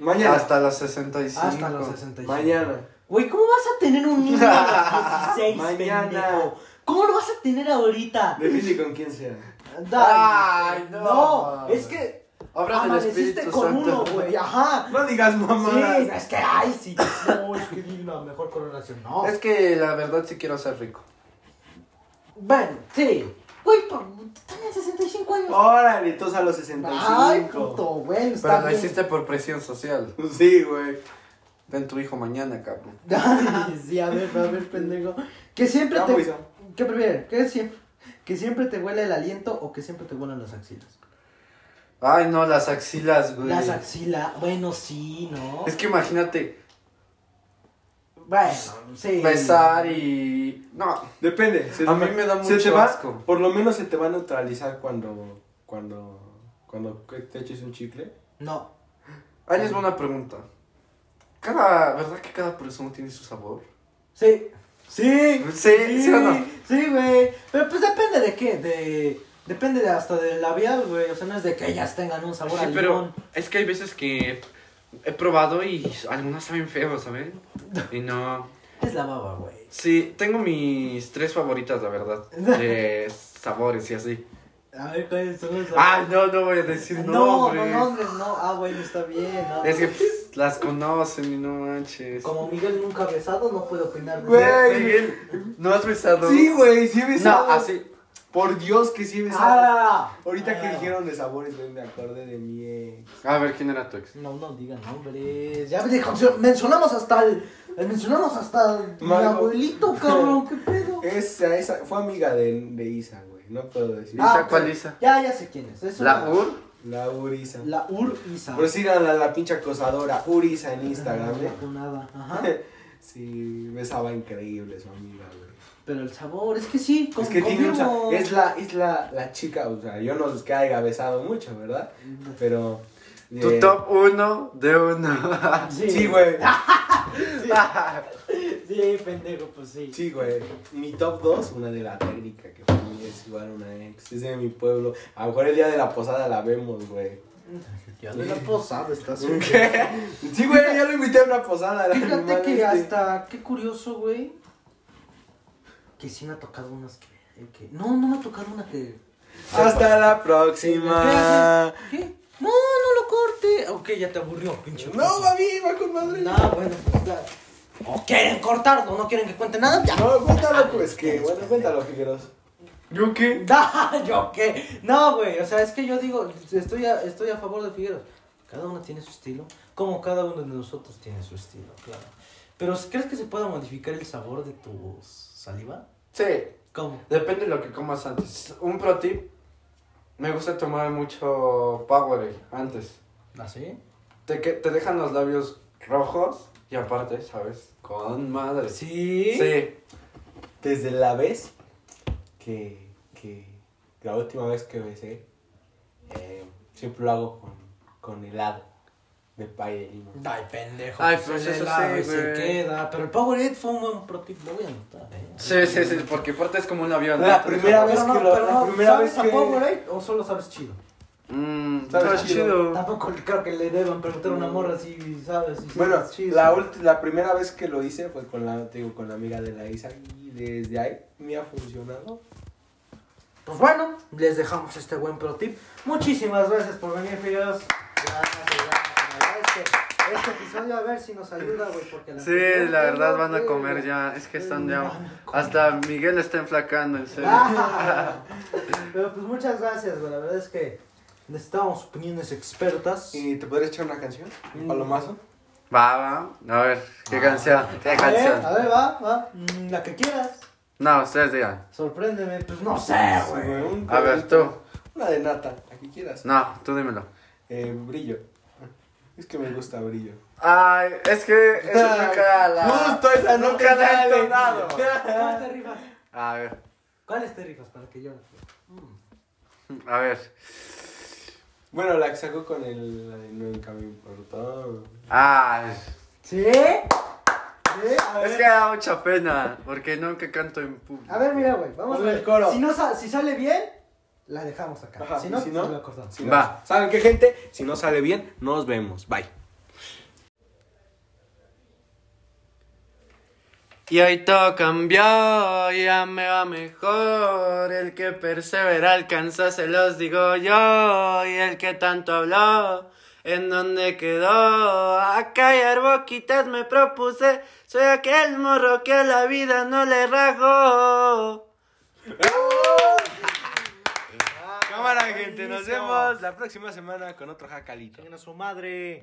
[SPEAKER 3] Mañana.
[SPEAKER 4] Hasta las 65.
[SPEAKER 2] Hasta los 65.
[SPEAKER 3] Mañana.
[SPEAKER 2] Güey, ¿cómo vas a tener un niño a los 16,
[SPEAKER 3] Mañana.
[SPEAKER 2] pendejo? ¿Cómo lo vas a tener ahorita?
[SPEAKER 3] Depende con quién sea.
[SPEAKER 4] Ay, no.
[SPEAKER 2] No, es que
[SPEAKER 4] Ahora del
[SPEAKER 2] amaneciste
[SPEAKER 4] Espíritu
[SPEAKER 2] Ah, con
[SPEAKER 4] Santo.
[SPEAKER 2] uno, güey, ajá.
[SPEAKER 3] No digas mamá.
[SPEAKER 2] Sí, es que, ay, sí. No, es que di la mejor coronación, no.
[SPEAKER 4] Es que la verdad sí quiero ser rico.
[SPEAKER 2] Bueno, sí. Oh, Güey, por, también 65 años.
[SPEAKER 3] Órale, entonces a los 65.
[SPEAKER 2] ay, puto, güey,
[SPEAKER 4] Pero
[SPEAKER 2] está
[SPEAKER 4] lo
[SPEAKER 2] bien.
[SPEAKER 4] hiciste por presión social.
[SPEAKER 3] Sí, güey.
[SPEAKER 4] Ten tu hijo mañana, cabrón.
[SPEAKER 2] (laughs) Ay, sí, a ver, a ver, pendejo. Que siempre
[SPEAKER 3] Ya,
[SPEAKER 2] te...
[SPEAKER 3] Moisa.
[SPEAKER 2] ¿Qué prefieres? ¿Que siempre, que siempre te huele el aliento o que siempre te huelan las axilas?
[SPEAKER 4] Ay, no, las axilas, güey.
[SPEAKER 2] Las axilas, bueno, sí, ¿no?
[SPEAKER 4] Es que imagínate,
[SPEAKER 2] Bueno, sí.
[SPEAKER 4] besar y... No,
[SPEAKER 3] Depende. se
[SPEAKER 4] A
[SPEAKER 3] te-
[SPEAKER 4] mí me da
[SPEAKER 3] se te
[SPEAKER 4] mucho
[SPEAKER 3] va-
[SPEAKER 4] asco.
[SPEAKER 3] Por lo menos se te va a neutralizar cuando. Cuando. Cuando que te eches un chicle.
[SPEAKER 2] No.
[SPEAKER 4] ahí les va una pregunta. Cada, ¿verdad que cada persona tiene su sabor?
[SPEAKER 2] Sí. Sí.
[SPEAKER 4] Sí, sí o no.
[SPEAKER 2] Sí, güey. Pero pues depende de qué, de... Depende de hasta del labial, güey. O sea, no es de que ellas tengan un sabor
[SPEAKER 4] Sí,
[SPEAKER 2] al
[SPEAKER 4] pero
[SPEAKER 2] limón.
[SPEAKER 4] es que hay veces que he probado y algunas saben feo, (laughs) ¿saben? Y no...
[SPEAKER 2] Es la baba, güey.
[SPEAKER 4] Sí, tengo mis tres favoritas, la verdad. (laughs) De sabores y así.
[SPEAKER 2] A ver, ¿cuáles son los
[SPEAKER 4] Ah, no, no voy a decir
[SPEAKER 2] no, no,
[SPEAKER 4] nombres.
[SPEAKER 2] no, no, no. Ah, bueno, está bien. ah.
[SPEAKER 4] Es que pues, las conocen y no manches.
[SPEAKER 2] Como Miguel nunca ha besado, no puedo opinar. de
[SPEAKER 3] Güey.
[SPEAKER 2] eso.
[SPEAKER 4] Miguel, ¿no has besado?
[SPEAKER 3] güey, sí he
[SPEAKER 4] No, así.
[SPEAKER 3] Por Dios que sí he besado.
[SPEAKER 2] Ah,
[SPEAKER 3] Ahorita que
[SPEAKER 2] ah.
[SPEAKER 3] dijeron de sabores, güey, me acordé de mi ex.
[SPEAKER 4] A ver, ¿quién era tu ex?
[SPEAKER 2] No, no digan nombres. Ya me dijo- mencionamos hasta el. eh, Mencionamos hasta el- mi
[SPEAKER 3] Marco.
[SPEAKER 2] abuelito, cabrón. ¿Qué pedo?
[SPEAKER 3] Esa, esa, fue amiga de, de Isa, güey. No puedo decir.
[SPEAKER 4] Isa,
[SPEAKER 2] ok.
[SPEAKER 4] ¿cuál Isa?
[SPEAKER 2] Ah, Ya, ya sé quién es. es
[SPEAKER 4] ¿La
[SPEAKER 2] una-
[SPEAKER 4] UR?
[SPEAKER 3] La Urisa.
[SPEAKER 2] La Ur Isa.
[SPEAKER 3] Por si a la, la pinche acosadora Urisa en Instagram, ¿eh?
[SPEAKER 2] No,
[SPEAKER 3] güey.
[SPEAKER 2] no, nada. Ajá.
[SPEAKER 3] Sí, besaba increíble su amiga, güey.
[SPEAKER 2] Pero el sabor, es que sí. Con,
[SPEAKER 3] Es que tiene un
[SPEAKER 2] confirmo.
[SPEAKER 3] sa- Es la, es la, la chica, o sea, yo no es que haya besado mucho, ¿verdad? Pero. eh,
[SPEAKER 4] Tu top uno de (laughs) uno.
[SPEAKER 3] Sí, güey.
[SPEAKER 2] Ah. Sí, pendejo, pues sí.
[SPEAKER 3] Sí, güey. Mi top 2, una de la técnica, que para mí es igual una ex. Es de mi pueblo. A lo mejor el día de la posada la vemos, güey.
[SPEAKER 2] (laughs) Ya de la posada estás.
[SPEAKER 3] (laughs) Sí, güey, yo lo invité a una posada. el
[SPEAKER 2] Fíjate
[SPEAKER 3] animal
[SPEAKER 2] que
[SPEAKER 3] este.
[SPEAKER 2] hasta, qué curioso, güey. Que sí me ha tocado unas que. eh, que- No, no me ha tocado una que.
[SPEAKER 3] Hasta la
[SPEAKER 2] ¿Qué
[SPEAKER 3] próxima.
[SPEAKER 2] haces? ¿Qué? No, no lo corte. Ok, ya te aburrió, pinche.
[SPEAKER 3] No,
[SPEAKER 2] puto.
[SPEAKER 3] mami, va con madre.
[SPEAKER 2] No, bueno, pues claro. O quieren cortarlo, no quieren que cuente nada, ya.
[SPEAKER 3] No, cuéntalo, pues que. Bueno, cuéntalo, Figueros.
[SPEAKER 4] ¿Yo qué?
[SPEAKER 2] Da, (laughs) yo qué. No, güey, o sea, es que yo digo, estoy a, estoy a favor de Figueros. Cada uno tiene su estilo, como cada uno de nosotros tiene su estilo, claro. Pero ¿crees que se pueda modificar el sabor de tu saliva?
[SPEAKER 4] Sí,
[SPEAKER 2] ¿Cómo?
[SPEAKER 4] depende de lo que comas antes. Un pro tip, me gusta tomar mucho Powerade antes.
[SPEAKER 2] ¿Así?
[SPEAKER 4] Te, que- te dejan los labios rojos y aparte, ¿sabes? Con madre.
[SPEAKER 2] Sí.
[SPEAKER 4] Sí.
[SPEAKER 3] Desde la vez que, que la última vez que besé, eh, siempre lo hago con, con helado de pay de lima.
[SPEAKER 2] Ay, pendejo.
[SPEAKER 4] Ay, pues
[SPEAKER 2] Se
[SPEAKER 4] eso
[SPEAKER 2] lava
[SPEAKER 4] sí,
[SPEAKER 2] y se
[SPEAKER 4] güey.
[SPEAKER 2] queda. Pero el Powerade fue un buen pro tip, lo voy a anotar, eh.
[SPEAKER 4] Sí, sí, sí, porque aparte es como un avión.
[SPEAKER 3] La primera vez-
[SPEAKER 2] Pero no,
[SPEAKER 3] que lo-
[SPEAKER 2] pero
[SPEAKER 3] la
[SPEAKER 2] no,
[SPEAKER 3] primera
[SPEAKER 2] ¿sabes
[SPEAKER 3] vez
[SPEAKER 2] a
[SPEAKER 3] que-
[SPEAKER 2] Powerade o solo sabes chido?
[SPEAKER 4] Mm,
[SPEAKER 3] Sabe
[SPEAKER 4] no,
[SPEAKER 3] chido.
[SPEAKER 2] Tampoco creo que le deban preguntar a una morra si sabes. Si
[SPEAKER 3] Bueno,
[SPEAKER 2] sabes, sí,
[SPEAKER 3] la,
[SPEAKER 2] sí.
[SPEAKER 3] ulti- la primera vez que lo hice fue con la, te digo, con la amiga de la Isa y desde ahí me ha funcionado.
[SPEAKER 2] Pues bueno, les dejamos este buen pro tip. Muchísimas gracias por venir, fillos. Gracias, gracias. la verdad es que Este episodio a ver si nos ayuda, güey, porque
[SPEAKER 4] Sí, la verdad van a comer ya. Es que están ya. Hasta Miguel está enflacando, en serio.
[SPEAKER 2] Ah, pero pues muchas gracias, güey. La verdad es que necesitamos opiniones expertas.
[SPEAKER 3] ¿Y te podrías echar una canción? ¿Un palomazo?
[SPEAKER 4] Va, va. A ver, ¿qué canción? ¿Qué
[SPEAKER 2] A ver, a
[SPEAKER 4] canción?
[SPEAKER 2] ver, va, va. Mm, La que quieras.
[SPEAKER 4] No, ustedes digan.
[SPEAKER 2] Sorpréndeme, pues no sé, güey.
[SPEAKER 3] Un
[SPEAKER 4] A ver, tú.
[SPEAKER 3] Una de nata, la que quieras.
[SPEAKER 4] No, tú dímelo.
[SPEAKER 3] Eh, brillo. Es que me gusta brillo.
[SPEAKER 4] Ay, es que eso nunca la.
[SPEAKER 3] Justo esa
[SPEAKER 4] nunca la he
[SPEAKER 3] sale.
[SPEAKER 2] (laughs)
[SPEAKER 4] entonado.
[SPEAKER 2] ¿Cuál te rifas?
[SPEAKER 4] A ver,
[SPEAKER 2] ¿Cuáles te rifas para que yo?
[SPEAKER 4] a ver.
[SPEAKER 3] Bueno, la que sacó con el. la de Nunca me importó.
[SPEAKER 4] Ay,
[SPEAKER 2] ¿Sí? ¿Sí? A ver.
[SPEAKER 4] es que da mucha pena porque nunca canto en público.
[SPEAKER 2] A ver, mira, güey, vamos a
[SPEAKER 3] Ponle
[SPEAKER 2] ver.
[SPEAKER 3] el coro.
[SPEAKER 2] Si, no, sa- si sale bien, la dejamos acá.
[SPEAKER 3] Ajá,
[SPEAKER 2] si
[SPEAKER 3] ¿y
[SPEAKER 2] no,
[SPEAKER 3] si no?
[SPEAKER 2] la cortamos.
[SPEAKER 3] Si no-
[SPEAKER 4] Va.
[SPEAKER 3] ¿Saben qué, gente? Si no sale bien, nos vemos. Bye.
[SPEAKER 4] Y hoy todo cambió, ya me va mejor. El que persevera alcanza, se los digo yo. Y el que tanto habló, en donde quedó. A callar boquitas me propuse. Soy aquel morro que a la vida no le rajó.
[SPEAKER 8] Cámara, gente, nos vemos la próxima semana con otro jacalito.
[SPEAKER 2] Chinguen a su madre.